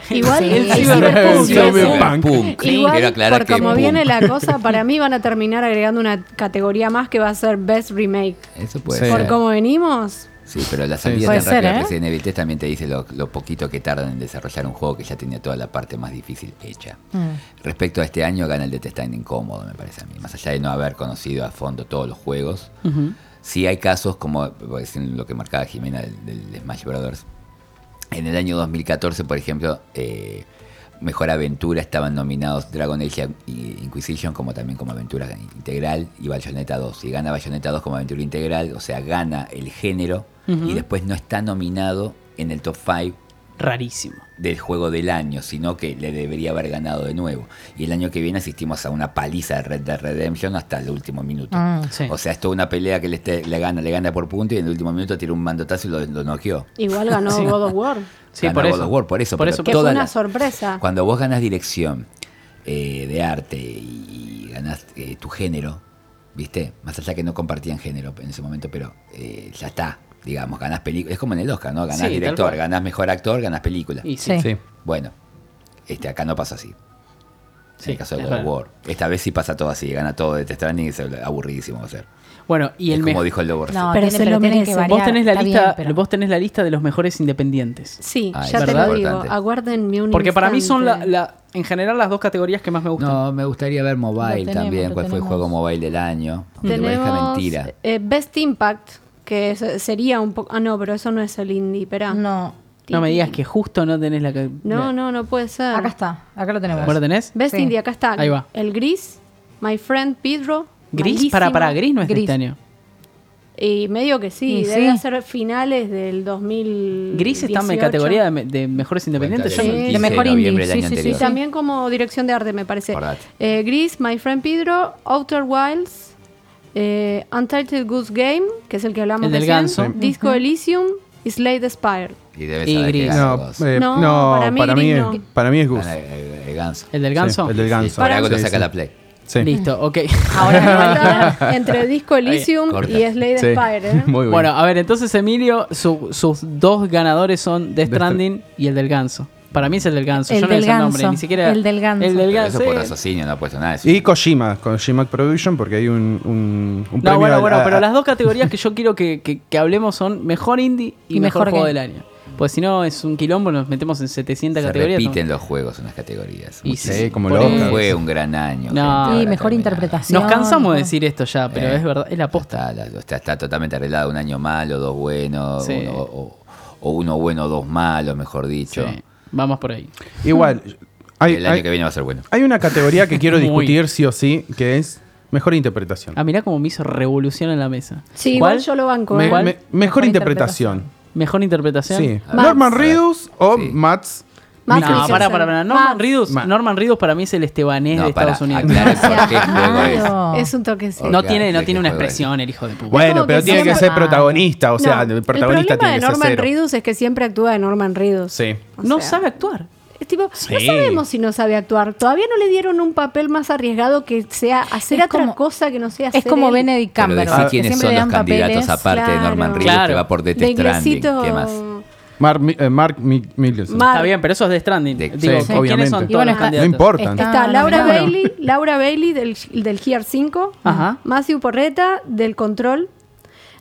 Speaker 4: Igual
Speaker 6: Sí.
Speaker 4: el
Speaker 6: El
Speaker 4: Cyberpunk,
Speaker 5: Cyberpunk.
Speaker 4: ese.
Speaker 7: Quiero
Speaker 4: Igual,
Speaker 7: aclarar
Speaker 4: por
Speaker 7: que
Speaker 4: como
Speaker 7: punk.
Speaker 4: viene la cosa, para mí van a terminar agregando una categoría más que va a ser Best Remake.
Speaker 7: Eso puede
Speaker 5: Sí.
Speaker 7: ser.
Speaker 4: Por cómo venimos,
Speaker 7: Sí, pero la
Speaker 5: Sí,
Speaker 7: salida
Speaker 6: puede
Speaker 7: tan rápida
Speaker 6: ser,
Speaker 7: de
Speaker 6: ¿eh?
Speaker 7: Resident Evil 3 también te dice lo, lo poquito que tardan en desarrollar un juego que ya tenía toda la parte más difícil hecha. Respecto a este año, gana el Death Stranding incómodo, me parece a mí. Más allá de no haber conocido a fondo todos los juegos,
Speaker 3: Ujú.
Speaker 7: Sí hay casos como pues, en lo que marcaba Jimena del, del Smash Brothers. En el año 2014, por ejemplo, eh, Mejor Aventura estaban nominados Dragon Age y Inquisition como también como aventura integral y Bayonetta 2. Y gana Bayonetta 2 como aventura integral, o sea, gana el género y después no está nominado en el top 5
Speaker 3: Rarísimo.
Speaker 7: del juego del año, sino que le debería haber ganado de nuevo. Y el año que viene asistimos a una paliza de Red Dead Redemption hasta el último minuto.
Speaker 6: Ah,
Speaker 3: sí.
Speaker 7: O sea, es toda una pelea que le, este- le gana, le gana por punto y en el último minuto tira un mandotazo y lo, lo noqueó.
Speaker 4: igual ganó God of War.
Speaker 3: Sí,
Speaker 7: Ganó
Speaker 3: por
Speaker 7: God
Speaker 3: eso.
Speaker 7: of War, por eso,
Speaker 3: Por
Speaker 7: pero
Speaker 3: eso,
Speaker 4: Que
Speaker 3: por
Speaker 4: fue
Speaker 7: Toda
Speaker 4: una
Speaker 7: la-
Speaker 3: Ah.
Speaker 4: sorpresa.
Speaker 7: Cuando vos ganas dirección eh, de arte y, y ganas eh, tu género, ¿viste? Más allá que no compartían género en ese momento, pero eh, ya está, digamos, ganás película. Es como en el Oscar, ¿no?
Speaker 3: Sí,
Speaker 7: Ganás
Speaker 3: tal
Speaker 7: director,
Speaker 3: cual.
Speaker 7: ganás mejor actor, ganás película.
Speaker 3: Y sí.
Speaker 6: Sí.
Speaker 5: Sí.
Speaker 7: Bueno, este acá no pasa así.
Speaker 3: Sí,
Speaker 7: en el caso de
Speaker 3: es
Speaker 7: God of
Speaker 3: verdad.
Speaker 7: War. Esta vez sí pasa todo así, gana todo de Death Stranding y es aburridísimo va a ser.
Speaker 3: Bueno, y
Speaker 7: es
Speaker 3: el
Speaker 7: como
Speaker 3: mejor.
Speaker 7: dijo el Lobo recién.
Speaker 6: No,
Speaker 4: Pero
Speaker 6: tiene-
Speaker 4: se
Speaker 6: pero
Speaker 4: lo
Speaker 6: tienen que
Speaker 4: merece.
Speaker 6: variar.
Speaker 3: Vos tenés la
Speaker 6: Está
Speaker 3: lista,
Speaker 6: bien, pero-
Speaker 3: vos tenés la lista de los mejores independientes.
Speaker 4: Sí,
Speaker 7: Ah,
Speaker 4: ya
Speaker 7: eso
Speaker 4: te
Speaker 3: es
Speaker 4: lo digo.
Speaker 7: importante.
Speaker 4: Aguárdenme un
Speaker 3: Porque para mí son la,
Speaker 4: instante.
Speaker 3: la- en general las dos categorías que más me gustan.
Speaker 7: No, me gustaría ver mobile
Speaker 6: Lo tenemos,
Speaker 7: también,
Speaker 6: lo
Speaker 7: cuál fue el
Speaker 6: tenemos.
Speaker 7: juego mobile del año. Aunque parezca
Speaker 4: Tenemos
Speaker 7: mentira.
Speaker 4: eh, Best Impact, que es- sería un poco... Ah, no, pero eso no es el indie, espera.
Speaker 6: No.
Speaker 3: No me digas que justo no tenés la que-
Speaker 4: No,
Speaker 3: la-
Speaker 4: no, no puede ser.
Speaker 6: Acá está, acá lo tenemos.
Speaker 3: ¿Vos la tenés?
Speaker 4: Best
Speaker 6: Sí.
Speaker 4: Indie, acá está.
Speaker 3: Ahí va.
Speaker 4: El Gris, My Friend Pedro.
Speaker 3: Gris,
Speaker 4: malísimo.
Speaker 3: para, para, gris no es de
Speaker 6: Gris.
Speaker 3: este año.
Speaker 4: Y medio que sí,
Speaker 6: Y
Speaker 4: debe
Speaker 6: sí.
Speaker 4: ser finales del
Speaker 6: Mm,
Speaker 4: 2000.
Speaker 3: Gris está en categoría de, me- de mejores independientes.
Speaker 7: Cuenta
Speaker 4: sí.
Speaker 7: que es
Speaker 4: De
Speaker 7: el 15
Speaker 6: mejor indie,
Speaker 7: noviembre del
Speaker 6: sí,
Speaker 7: año
Speaker 6: sí, sí,
Speaker 4: Y
Speaker 7: anterior.
Speaker 4: también como dirección de arte, me parece.
Speaker 7: Acordate.
Speaker 4: Eh, Gris, My Friend Pedro, Outer Wilds, eh, Untitled Goose Game, que es el que hablamos
Speaker 3: El del
Speaker 4: recién,
Speaker 3: ganso. Sí.
Speaker 4: Disco Elysium y Slade Spire.
Speaker 7: Y debe
Speaker 3: Y
Speaker 7: saber que
Speaker 3: gris.
Speaker 5: No,
Speaker 7: ganó dos.
Speaker 5: eh,
Speaker 4: No,
Speaker 5: no,
Speaker 4: para mí
Speaker 5: para mí,
Speaker 4: Green
Speaker 5: es-
Speaker 4: no.
Speaker 5: para mí es Gus.
Speaker 7: Gana el, el- el ganso.
Speaker 3: ¿El del ganso?
Speaker 5: Sí, el del ganso.
Speaker 7: eh, Por algo
Speaker 5: Sí,
Speaker 7: lo saca
Speaker 5: sí.
Speaker 7: la play.
Speaker 5: Sí.
Speaker 3: Listo, ok.
Speaker 4: Ahora está entre Disco Elysium
Speaker 7: corta.
Speaker 4: y Slade
Speaker 5: Sí.
Speaker 4: Spire. ¿eh?
Speaker 5: Muy bien.
Speaker 3: Bueno, a ver, entonces Emilio, su- sus dos ganadores son
Speaker 7: este-
Speaker 3: Death Stranding y el del ganso. Para mí es el del ganso.
Speaker 6: El
Speaker 3: Yo no
Speaker 6: del
Speaker 3: le sé el
Speaker 6: ganso,
Speaker 3: nombre, ni siquiera.
Speaker 6: el del ganso.
Speaker 3: El del
Speaker 7: Pero
Speaker 3: ganso.
Speaker 7: eso por
Speaker 3: eh.
Speaker 7: raciocinio no ha puesto nada de eso.
Speaker 5: Y Kojima, Kojima Production, porque hay un, un, un
Speaker 3: No,
Speaker 5: premio
Speaker 3: bueno,
Speaker 5: al-
Speaker 3: bueno,
Speaker 5: a-
Speaker 3: pero las dos categorías que yo quiero que, que- que hablemos son mejor indie y,
Speaker 6: Y
Speaker 3: mejor,
Speaker 6: mejor
Speaker 3: juego
Speaker 6: game.
Speaker 3: del año. Pues si no, es un quilombo, nos metemos en 700
Speaker 7: Se
Speaker 3: categorías. ¿no?
Speaker 7: repiten los juegos en las categorías.
Speaker 3: Y
Speaker 7: Muchísimo.
Speaker 5: sí, como
Speaker 3: por
Speaker 5: loco.
Speaker 3: eso.
Speaker 7: Fue un gran
Speaker 3: No.
Speaker 7: año. gente,
Speaker 3: Y
Speaker 7: ahora
Speaker 6: Y mejor
Speaker 7: terminado.
Speaker 4: Ah,
Speaker 6: interpretación.
Speaker 3: Nos cansamos de
Speaker 6: mejor-
Speaker 3: decir esto ya, pero
Speaker 7: Eh,
Speaker 3: es verdad, es la posta.
Speaker 7: Está, la- está, está totalmente arreglado. Un año malo, dos buenos.
Speaker 3: Sí.
Speaker 7: uno- o, o uno bueno, dos malos, mejor dicho.
Speaker 3: Sí, Vamos por ahí.
Speaker 5: Igual, hay,
Speaker 7: el año
Speaker 5: hay-
Speaker 7: que viene va a ser bueno.
Speaker 5: hay una categoría que quiero
Speaker 3: Muy.
Speaker 5: discutir sí o sí, que es mejor interpretación.
Speaker 3: Ah, mirá cómo me hizo revolución en la mesa.
Speaker 4: Sí,
Speaker 3: ¿Cuál?
Speaker 4: igual yo lo banco.
Speaker 5: Me-
Speaker 4: ¿eh?
Speaker 5: me- mejor interpretación.
Speaker 3: Mejor interpretación.
Speaker 5: Sí.
Speaker 3: Max.
Speaker 5: Norman Reedus o
Speaker 7: Sí.
Speaker 5: Mats
Speaker 4: Matt
Speaker 3: no,
Speaker 4: Mikkelsen.
Speaker 3: pará, pará, pará. Norman
Speaker 4: Matt.
Speaker 3: Reedus,
Speaker 5: Matt.
Speaker 3: Norman Reedus para mí es el estebanés de
Speaker 7: No, para
Speaker 3: Estados Unidos.
Speaker 7: aclarar el por qué juego es.
Speaker 6: Claro.
Speaker 4: Es un toquecito.
Speaker 3: No
Speaker 7: Claro,
Speaker 3: tiene, no tiene
Speaker 7: de qué
Speaker 3: una
Speaker 7: juego es.
Speaker 3: expresión el hijo de puta.
Speaker 5: Bueno,
Speaker 4: como
Speaker 5: pero
Speaker 4: que
Speaker 5: tiene que
Speaker 4: siempre-
Speaker 5: ser protagonista, o sea,
Speaker 4: No,
Speaker 5: el
Speaker 4: el
Speaker 5: protagonista
Speaker 4: problema
Speaker 5: tiene que
Speaker 4: de
Speaker 5: ser
Speaker 4: Norman
Speaker 5: cero.
Speaker 4: Reedus es que siempre actúa de Norman Reedus.
Speaker 5: Sí.
Speaker 4: O
Speaker 3: no
Speaker 4: sea,
Speaker 3: sabe actuar.
Speaker 4: Es tipo, no
Speaker 5: Sí.
Speaker 4: sabemos si no sabe actuar. Todavía no le dieron un papel más arriesgado que sea hacer
Speaker 6: Es
Speaker 4: otra
Speaker 6: como-
Speaker 4: cosa que no sea
Speaker 6: Es
Speaker 4: hacer
Speaker 6: como
Speaker 4: él.
Speaker 6: Benedict
Speaker 7: Pero
Speaker 6: Cumberbatch.
Speaker 7: decí
Speaker 6: que
Speaker 7: quiénes
Speaker 6: siempre
Speaker 7: son
Speaker 6: le
Speaker 7: los
Speaker 6: dan
Speaker 7: candidatos
Speaker 6: papeles.
Speaker 7: aparte de Norman Reedus
Speaker 3: Claro.
Speaker 7: que va por Death
Speaker 4: De
Speaker 7: Stranding.
Speaker 4: Iglesito-
Speaker 7: ¿Qué más?
Speaker 5: Mark, Mi- eh, Mark Mi- Mikkelsen.
Speaker 4: Mar-
Speaker 3: Está bien, pero eso es de Stranding.
Speaker 7: De-
Speaker 3: Digo,
Speaker 5: Sí,
Speaker 3: ¿quiénes
Speaker 5: obviamente.
Speaker 3: son
Speaker 5: Y
Speaker 3: todos los
Speaker 6: bueno, está-
Speaker 5: No
Speaker 3: candidatos?
Speaker 5: importa.
Speaker 4: Está
Speaker 6: Ah,
Speaker 4: Laura
Speaker 6: nominado.
Speaker 4: Bailey, Laura Bailey del, del Gear 5,
Speaker 3: Ajá.
Speaker 4: Matthew Porreta del Control,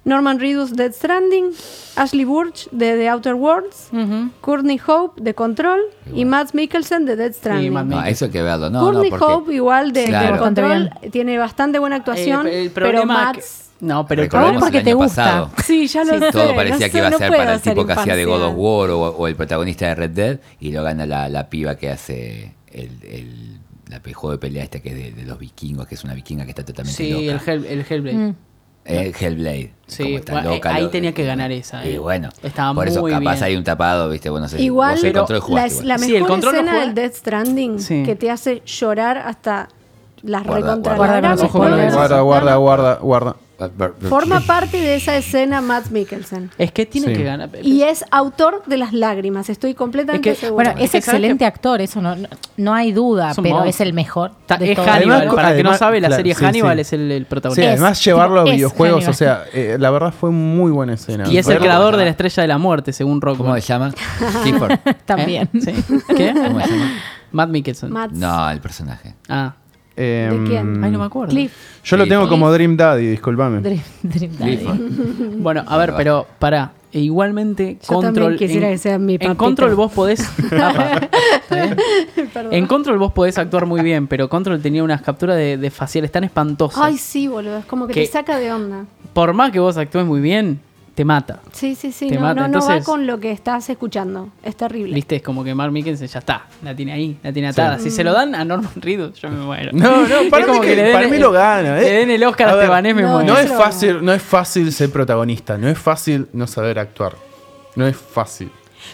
Speaker 4: Norman Reedus de Stranding, Ashley Burch de The Outer Worlds,
Speaker 3: Ujú.
Speaker 4: Courtney Hope de Control y Matt Mikkelsen de Death
Speaker 3: Sí,
Speaker 4: Stranding.
Speaker 3: Matt
Speaker 7: No,
Speaker 3: Mikkelsen.
Speaker 7: eso hay que verlo. No,
Speaker 4: Courtney
Speaker 7: no, porque
Speaker 4: Hope igual de,
Speaker 7: Sí,
Speaker 4: de
Speaker 7: claro.
Speaker 4: Control
Speaker 6: Bastante
Speaker 4: tiene bastante buena actuación,
Speaker 3: Eh, el
Speaker 4: pero
Speaker 3: problema
Speaker 4: Matt
Speaker 3: que- No, pero el
Speaker 7: recordemos
Speaker 6: Ah,
Speaker 3: problema
Speaker 6: porque
Speaker 7: el
Speaker 6: te
Speaker 7: año
Speaker 6: gusta.
Speaker 7: pasado.
Speaker 4: Sí, ya lo sé.
Speaker 7: Todo
Speaker 4: no
Speaker 7: parecía
Speaker 4: sé,
Speaker 7: que iba a
Speaker 4: no
Speaker 7: ser
Speaker 4: puedo
Speaker 7: para el tipo que hacía de God of
Speaker 4: imparcial.
Speaker 7: War o, o el protagonista de Red Dead y lo gana la, la piba que hace el, el la pe- juego de pelea esta que es de, de los vikingos, que es una vikinga que está totalmente
Speaker 3: Sí, el,
Speaker 7: loca.
Speaker 3: Hell- el Hellblade.
Speaker 6: Mm.
Speaker 7: Eh, Hellblade.
Speaker 3: Sí,
Speaker 7: como está
Speaker 3: bueno, eh,
Speaker 7: loca,
Speaker 3: ahí
Speaker 7: lo-
Speaker 3: tenía que ganar esa,
Speaker 7: Y
Speaker 3: eh.
Speaker 7: bueno,
Speaker 3: Estaba
Speaker 7: por eso
Speaker 3: muy
Speaker 7: capaz
Speaker 3: bien.
Speaker 7: hay un tapado, viste, bueno, no sé,
Speaker 4: Igual
Speaker 7: vos el
Speaker 4: pero
Speaker 7: control
Speaker 4: la,
Speaker 7: jugaste,
Speaker 4: es-
Speaker 7: bueno.
Speaker 4: la
Speaker 3: Sí,
Speaker 4: mejor
Speaker 3: el control no
Speaker 4: escena
Speaker 3: juega.
Speaker 4: del Death Stranding
Speaker 3: Sí.
Speaker 4: que te hace llorar hasta las
Speaker 7: Guarda,
Speaker 4: recontra
Speaker 7: guarda.
Speaker 4: lágrimas.
Speaker 6: Guarda,
Speaker 5: Ojo con el-
Speaker 6: Spoilers.
Speaker 5: guarda, guarda, guarda, guarda.
Speaker 4: Forma parte de esa escena Matt Mikkelsen.
Speaker 3: Es que tiene
Speaker 5: Sí.
Speaker 3: que ganar.
Speaker 4: Y es autor de las lágrimas, estoy completamente
Speaker 3: Es que-
Speaker 4: segura.
Speaker 6: Bueno,
Speaker 3: Bueno, es
Speaker 6: es
Speaker 3: que sabes
Speaker 6: excelente actor, eso no, no, no hay duda,
Speaker 3: Es un
Speaker 6: pero
Speaker 3: monstruo.
Speaker 6: es el mejor.
Speaker 3: Está-
Speaker 6: de
Speaker 3: es
Speaker 6: todos.
Speaker 3: Hannibal.
Speaker 5: Además,
Speaker 3: para el que no
Speaker 5: además,
Speaker 3: sabe, la
Speaker 5: claro,
Speaker 3: serie
Speaker 5: sí,
Speaker 3: Hannibal
Speaker 5: sí.
Speaker 3: es el, el
Speaker 5: Sí,
Speaker 3: protagonista.
Speaker 5: además
Speaker 6: Es,
Speaker 5: llevarlo a
Speaker 6: tipo, es
Speaker 5: videojuegos, o
Speaker 6: Hannibal.
Speaker 5: sea, eh, la verdad fue muy buena escena.
Speaker 3: Y es el
Speaker 5: Verlo-
Speaker 3: creador de la estrella de la muerte, según Rocco.
Speaker 7: ¿Cómo se llama? Clifford.
Speaker 6: También.
Speaker 3: ¿Eh? Sí. ¿Qué?
Speaker 7: ¿Cómo se llama?
Speaker 3: Matt Mikkelsen.
Speaker 4: Matt,
Speaker 7: No, el personaje.
Speaker 3: Ah,
Speaker 5: Eh,
Speaker 4: ¿De quién?
Speaker 3: ay, no me acuerdo.
Speaker 4: Cliff,
Speaker 5: Yo lo
Speaker 7: Sí,
Speaker 5: tengo
Speaker 7: por-
Speaker 5: como Dream Daddy, disculpame.
Speaker 6: Dream- Dream Daddy.
Speaker 7: Clifford.
Speaker 3: Bueno, a ver, pero pará. E igualmente,
Speaker 4: Yo también
Speaker 3: Control.
Speaker 4: quisiera que sea mi
Speaker 3: en
Speaker 4: papito.
Speaker 3: Control vos podés. Apa, ¿está bien?
Speaker 4: perdón.
Speaker 3: en Control vos podés actuar muy bien, pero Control tenía unas capturas de, de faciales tan espantosas.
Speaker 4: Ay, sí, boludo, es como que
Speaker 3: Que-
Speaker 4: te saca de onda.
Speaker 3: Por más que vos actúes muy bien, te mata.
Speaker 4: Sí, sí, sí,
Speaker 3: Te
Speaker 4: no,
Speaker 3: mata,
Speaker 4: no, no
Speaker 3: entonces-
Speaker 4: va con lo que estás escuchando. Es terrible.
Speaker 3: Viste, es como que Mark Mikkelsen ya está, la tiene ahí, la tiene atada. Si se lo dan a Norman Reedus, yo me muero.
Speaker 5: No, no,
Speaker 3: Es
Speaker 5: para, mí,
Speaker 3: como
Speaker 5: que-
Speaker 3: le den
Speaker 5: para
Speaker 3: el-
Speaker 5: mí lo gana. eh.
Speaker 3: Le den el Oscar
Speaker 5: A
Speaker 3: a,
Speaker 5: ver,
Speaker 3: Estebanés, me
Speaker 4: no,
Speaker 3: muero.
Speaker 5: No es
Speaker 4: Pero-
Speaker 5: fácil, no es fácil ser protagonista, no es fácil no saber actuar. No es fácil.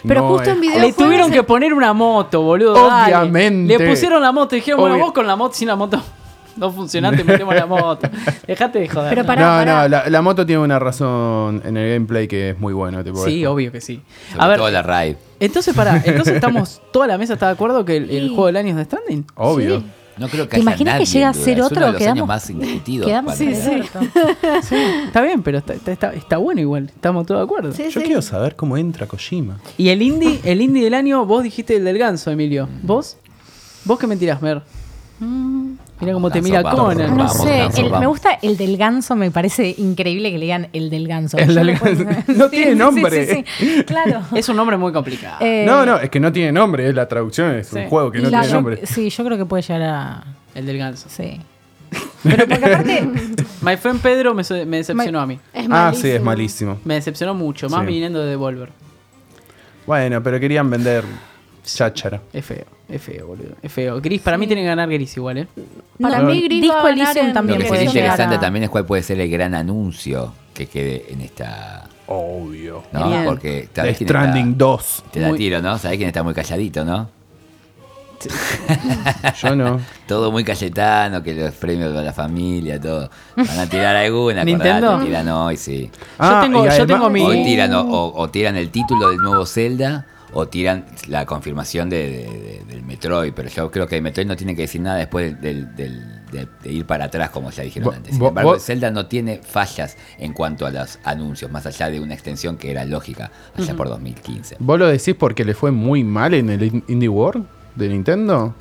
Speaker 4: Pero
Speaker 5: No
Speaker 4: justo
Speaker 5: es-
Speaker 4: en video
Speaker 3: Le tuvieron que poner una moto, boludo. dale.
Speaker 5: Obviamente.
Speaker 3: Le pusieron la moto y dijeron, bueno,
Speaker 5: Obvio.
Speaker 3: vos con la moto, sin la moto no funcionaste, metemos la moto. Dejate de joder.
Speaker 4: Pero
Speaker 3: ¿no?
Speaker 4: pará,
Speaker 5: no,
Speaker 4: pará.
Speaker 5: no, la, la moto tiene una razón en el gameplay que es muy bueno. Tipo,
Speaker 3: Sí,
Speaker 5: es-
Speaker 3: obvio que sí.
Speaker 7: Sobre
Speaker 3: A ver,
Speaker 7: todo la raid.
Speaker 3: entonces pará, entonces estamos, toda la mesa está de acuerdo que el, el juego del año es de Stranding.
Speaker 5: obvio.
Speaker 7: No creo que
Speaker 6: ¿Te
Speaker 7: haya
Speaker 6: imaginas que
Speaker 7: nadie
Speaker 6: llega a
Speaker 7: en duda.
Speaker 6: ser
Speaker 7: Es
Speaker 6: otro?
Speaker 7: Uno de los años
Speaker 6: Quedamos-
Speaker 7: más indiscutidos.
Speaker 6: Quedamos
Speaker 7: para
Speaker 6: sin
Speaker 7: mí.
Speaker 3: Está bien, pero está, está, está- está bueno igual, estamos todos de acuerdo.
Speaker 4: Sí,
Speaker 5: Yo
Speaker 4: sí.
Speaker 5: quiero saber cómo entra Kojima.
Speaker 3: Y el indie, el indie del año, vos dijiste el del ganso, Emilio.
Speaker 7: Mm.
Speaker 3: ¿Vos? ¿Vos qué mentirás, Mer? Mira cómo te
Speaker 7: Ganso,
Speaker 3: mira
Speaker 7: vamos,
Speaker 3: Conan.
Speaker 6: Mm. No
Speaker 7: Vamos,
Speaker 6: sé,
Speaker 7: ganso,
Speaker 6: el- me
Speaker 7: vamos.
Speaker 6: gusta el del ganso, me parece increíble que le digan el del ganso.
Speaker 5: El
Speaker 6: Yo
Speaker 5: del
Speaker 6: le
Speaker 5: ganso.
Speaker 6: pondría-
Speaker 5: No tiene nombre.
Speaker 6: sí, Claro.
Speaker 3: Es un nombre muy complicado.
Speaker 6: Eh,
Speaker 5: no, no, es que no tiene nombre, es la traducción, es
Speaker 3: Sí.
Speaker 5: un juego que no
Speaker 6: la-
Speaker 5: tiene
Speaker 6: yo-
Speaker 5: nombre.
Speaker 6: Sí, yo creo que puede llegar a.
Speaker 3: El del ganso.
Speaker 6: Sí. Pero porque aparte.
Speaker 3: My friend Pedro me, se- me decepcionó
Speaker 6: My-
Speaker 3: a mí.
Speaker 4: Es
Speaker 5: Ah, sí, es malísimo.
Speaker 3: Me decepcionó mucho, más
Speaker 5: Sí.
Speaker 3: viniendo de Devolver.
Speaker 5: Bueno, pero querían vender cháchara.
Speaker 3: Es feo, es feo, boludo. Es feo. Gris, para mí tiene que ganar Gris igual, ¿eh?
Speaker 4: Para
Speaker 6: No,
Speaker 4: mí, Gris
Speaker 6: Disco
Speaker 4: va a ganar
Speaker 6: Elysium
Speaker 4: en-
Speaker 7: Lo
Speaker 6: también
Speaker 7: que
Speaker 6: puede
Speaker 7: sería
Speaker 6: llegar
Speaker 7: interesante
Speaker 6: a-
Speaker 7: también es cuál puede ser el gran anuncio que quede en esta.
Speaker 5: Obvio.
Speaker 7: ¿No?
Speaker 3: Bien.
Speaker 7: Porque tal
Speaker 5: The
Speaker 7: vez. quien
Speaker 5: Stranding
Speaker 7: está-
Speaker 5: 2.
Speaker 7: Te da
Speaker 3: Muy-
Speaker 7: tiro, ¿no? Sabés quién está muy calladito, ¿no?
Speaker 5: Yo no.
Speaker 7: Todo muy cayetano, que los premios de la familia, todo. Van a tirar alguna,
Speaker 3: ¿Nintendo?
Speaker 7: acordate, tiran hoy, sí.
Speaker 5: Ah,
Speaker 3: yo tengo,
Speaker 5: y
Speaker 3: yo
Speaker 5: además-
Speaker 3: tengo mi.
Speaker 7: Hoy tiran o, o- o tiran el título del nuevo Zelda o tiran la confirmación de, de- de- del Metroid, pero yo creo que el Metroid no tiene que decir nada después del, del- del- de ir para atrás, como ya dijeron
Speaker 5: Vo-
Speaker 7: antes. Sin
Speaker 5: vo-
Speaker 7: embargo, el
Speaker 5: vo-
Speaker 7: Zelda no tiene fallas en cuanto a los anuncios, más allá de una extensión que era lógica allá por 2015.
Speaker 5: ¿Vos lo decís porque le fue muy mal en el in- Indie World de Nintendo?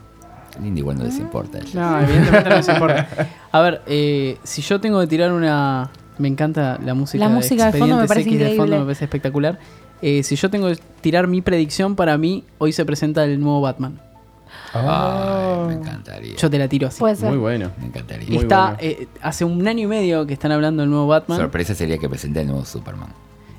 Speaker 7: El indie igual no les importa.
Speaker 3: No, evidentemente no se importa. A ver, eh, si yo tengo que tirar una. Me encanta la música.
Speaker 6: La música de fondo me
Speaker 3: Expedientes
Speaker 6: parece
Speaker 3: X de fondo
Speaker 6: increíble.
Speaker 3: me parece espectacular. Eh, si yo tengo que tirar mi predicción, para mí, hoy se presenta el nuevo Batman.
Speaker 7: Ay, me encantaría.
Speaker 3: Oh. Yo te la tiro así.
Speaker 6: Pues,
Speaker 4: Puede ser.
Speaker 5: Muy bueno.
Speaker 7: Me encantaría.
Speaker 5: Muy
Speaker 3: Está,
Speaker 5: bueno.
Speaker 3: eh, hace un año y medio que están hablando del nuevo Batman.
Speaker 7: Sorpresa sería que presente el nuevo Superman.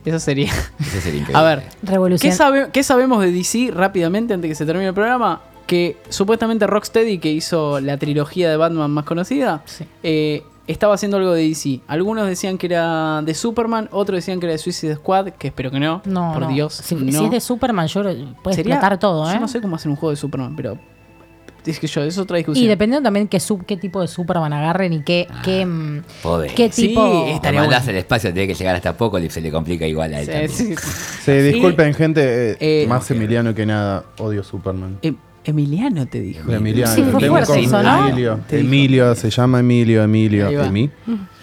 Speaker 3: Eso sería.
Speaker 7: Eso sería increíble.
Speaker 3: A ver, ¿Qué,
Speaker 6: Revolución.
Speaker 3: sabe- qué sabemos de DC rápidamente antes que se termine el programa? Que supuestamente Rocksteady, que hizo la trilogía de Batman más conocida,
Speaker 6: Sí.
Speaker 3: eh, estaba haciendo algo de DC. Algunos decían que era de Superman, otros decían que era de Suicide Squad, que espero que no.
Speaker 6: No,
Speaker 3: por
Speaker 6: no.
Speaker 3: Dios.
Speaker 6: Si,
Speaker 3: no.
Speaker 6: si es de Superman, yo creo- puede
Speaker 3: Sería-
Speaker 6: explotar todo, ¿eh?
Speaker 3: Yo no sé cómo hacer un juego de Superman, pero es que yo, es otra discusión.
Speaker 6: Y dependiendo también qué, sub, qué tipo de Superman agarren y qué,
Speaker 7: Ah,
Speaker 6: qué, mm,
Speaker 7: Podés.
Speaker 6: qué
Speaker 3: Sí,
Speaker 6: tipo.
Speaker 3: estaría
Speaker 7: Lo
Speaker 3: bueno.
Speaker 7: mandás al espacio, tiene que llegar hasta Apocalypse, se le complica igual a él
Speaker 3: Sí,
Speaker 7: también.
Speaker 3: sí, sí.
Speaker 5: Se disculpen, gente. eh,
Speaker 3: Eh,
Speaker 5: más Emiliano que nada. Odio Superman.
Speaker 3: Em- Emiliano te dijo.
Speaker 5: Emiliano.
Speaker 6: Sí, fue
Speaker 5: tengo
Speaker 6: fuerte
Speaker 5: con
Speaker 6: eso, ¿no?
Speaker 5: Emilio.
Speaker 3: Te dijo.
Speaker 5: Emilio, se llama Emilio, Emilio.
Speaker 3: Ahí va.
Speaker 5: Emi.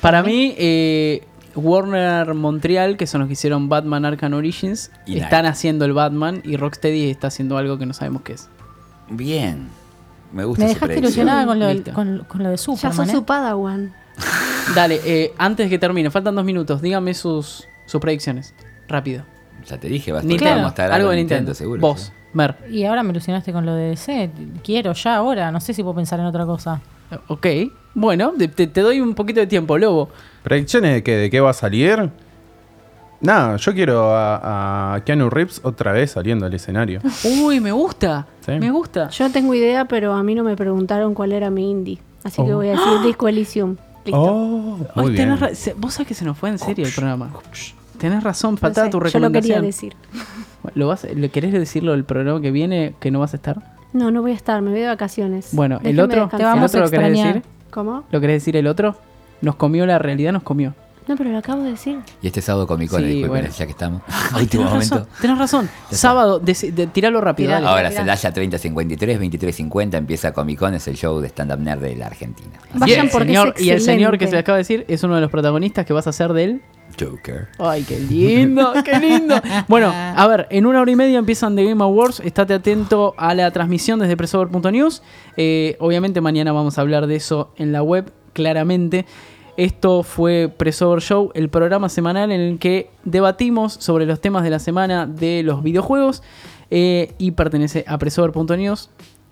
Speaker 3: Para mí, eh, Warner Montreal, que son los que hicieron Batman Arkham Origins,
Speaker 7: Y
Speaker 3: están
Speaker 7: Nike.
Speaker 3: haciendo el Batman y Rocksteady está haciendo algo que no sabemos qué es.
Speaker 7: Bien. Me gusta
Speaker 6: Me
Speaker 7: su
Speaker 6: dejaste
Speaker 7: predicción.
Speaker 6: ilusionada con lo, del-
Speaker 3: Listo.
Speaker 6: con, con lo de
Speaker 4: Ya sos
Speaker 6: Superman. ¿eh?
Speaker 4: su padawan.
Speaker 3: Dale, eh, antes que termine, faltan dos minutos, dígame sus, sus predicciones. Rápido.
Speaker 7: Ya te dije, vas a
Speaker 3: Nintendo,
Speaker 7: estar mostrar
Speaker 3: algo de Nintendo,
Speaker 7: seguro.
Speaker 3: Vos,
Speaker 7: sí.
Speaker 3: Mer.
Speaker 6: Y ahora me ilusionaste con lo de DC. Quiero ya ahora. No sé si puedo pensar en otra cosa.
Speaker 3: Ok, bueno, te, te- te doy un poquito de tiempo, Lobo.
Speaker 5: ¿Predicciones de qué? ¿De qué va a salir? Nada, yo quiero a, a Keanu Reeves otra vez saliendo al escenario.
Speaker 3: Uy, me gusta,
Speaker 5: Sí.
Speaker 3: me gusta.
Speaker 4: Yo tengo idea, pero a mí no me preguntaron cuál era mi indie. Así que
Speaker 5: Oh.
Speaker 4: voy a decir
Speaker 3: ¡Ah!
Speaker 4: Disco Elysium. Listo.
Speaker 5: Oh,
Speaker 3: Ay,
Speaker 5: muy
Speaker 3: tenés
Speaker 5: bien.
Speaker 3: ra- se- Vos sabés que se nos fue en serio el programa. Tenés razón,
Speaker 4: No
Speaker 3: faltaba
Speaker 4: sé,
Speaker 3: tu
Speaker 4: yo lo
Speaker 3: recomendación.
Speaker 4: quería decir.
Speaker 3: ¿Lo, vas, ¿Lo querés decirlo del programa que viene que no vas a estar?
Speaker 4: No, no voy a estar, me voy de vacaciones.
Speaker 3: Bueno, el
Speaker 4: Déjenme
Speaker 3: otro,
Speaker 4: descansar.
Speaker 6: Te
Speaker 3: ¿el
Speaker 6: vamos
Speaker 3: otro
Speaker 6: a
Speaker 3: lo querés
Speaker 6: extrañar.
Speaker 3: decir?
Speaker 4: ¿Cómo?
Speaker 3: ¿Lo querés decir el otro? Nos comió la realidad, nos comió.
Speaker 4: No, pero lo acabo de decir.
Speaker 7: Y este sábado con mi
Speaker 3: Sí,
Speaker 7: disculpen,
Speaker 3: bueno.
Speaker 7: ya que estamos.
Speaker 3: Ay,
Speaker 7: Último
Speaker 3: tenés razón,
Speaker 7: momento.
Speaker 3: tenés razón. Sábado, deci- de- tiralo rápido,
Speaker 4: Tiralo.
Speaker 3: dale.
Speaker 7: Ahora se laya 3053, 2350, empieza Comic Con, es el show de stand-up nerd de la Argentina.
Speaker 3: Y
Speaker 4: Vayan
Speaker 3: el,
Speaker 4: porque
Speaker 3: señor,
Speaker 4: es
Speaker 3: y el señor que se
Speaker 4: excelente.
Speaker 3: acaba de decir es uno de los protagonistas que vas a hacer de él.
Speaker 7: Joker.
Speaker 3: Ay, qué lindo, qué lindo. Bueno, a ver, en una hora y media empiezan The Game Awards. Estate atento a la transmisión desde Presover.news. Eh, obviamente mañana vamos a hablar de eso en la web, claramente. Esto fue Presover Show, el programa semanal en el que debatimos sobre los temas de la semana de los videojuegos eh, y pertenece a Presover.news,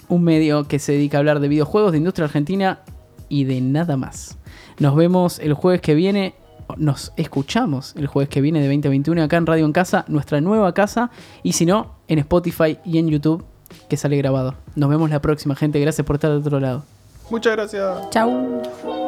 Speaker 3: un medio que se dedica a hablar de videojuegos, de industria argentina y de nada más. Nos vemos el jueves que viene. Nos escuchamos el jueves que viene de 2021 acá en Radio en Casa, nuestra nueva casa. Y si no, en Spotify y en YouTube, que sale grabado. Nos vemos la próxima, gente. Gracias por estar de otro lado.
Speaker 5: Muchas gracias.
Speaker 6: Chau.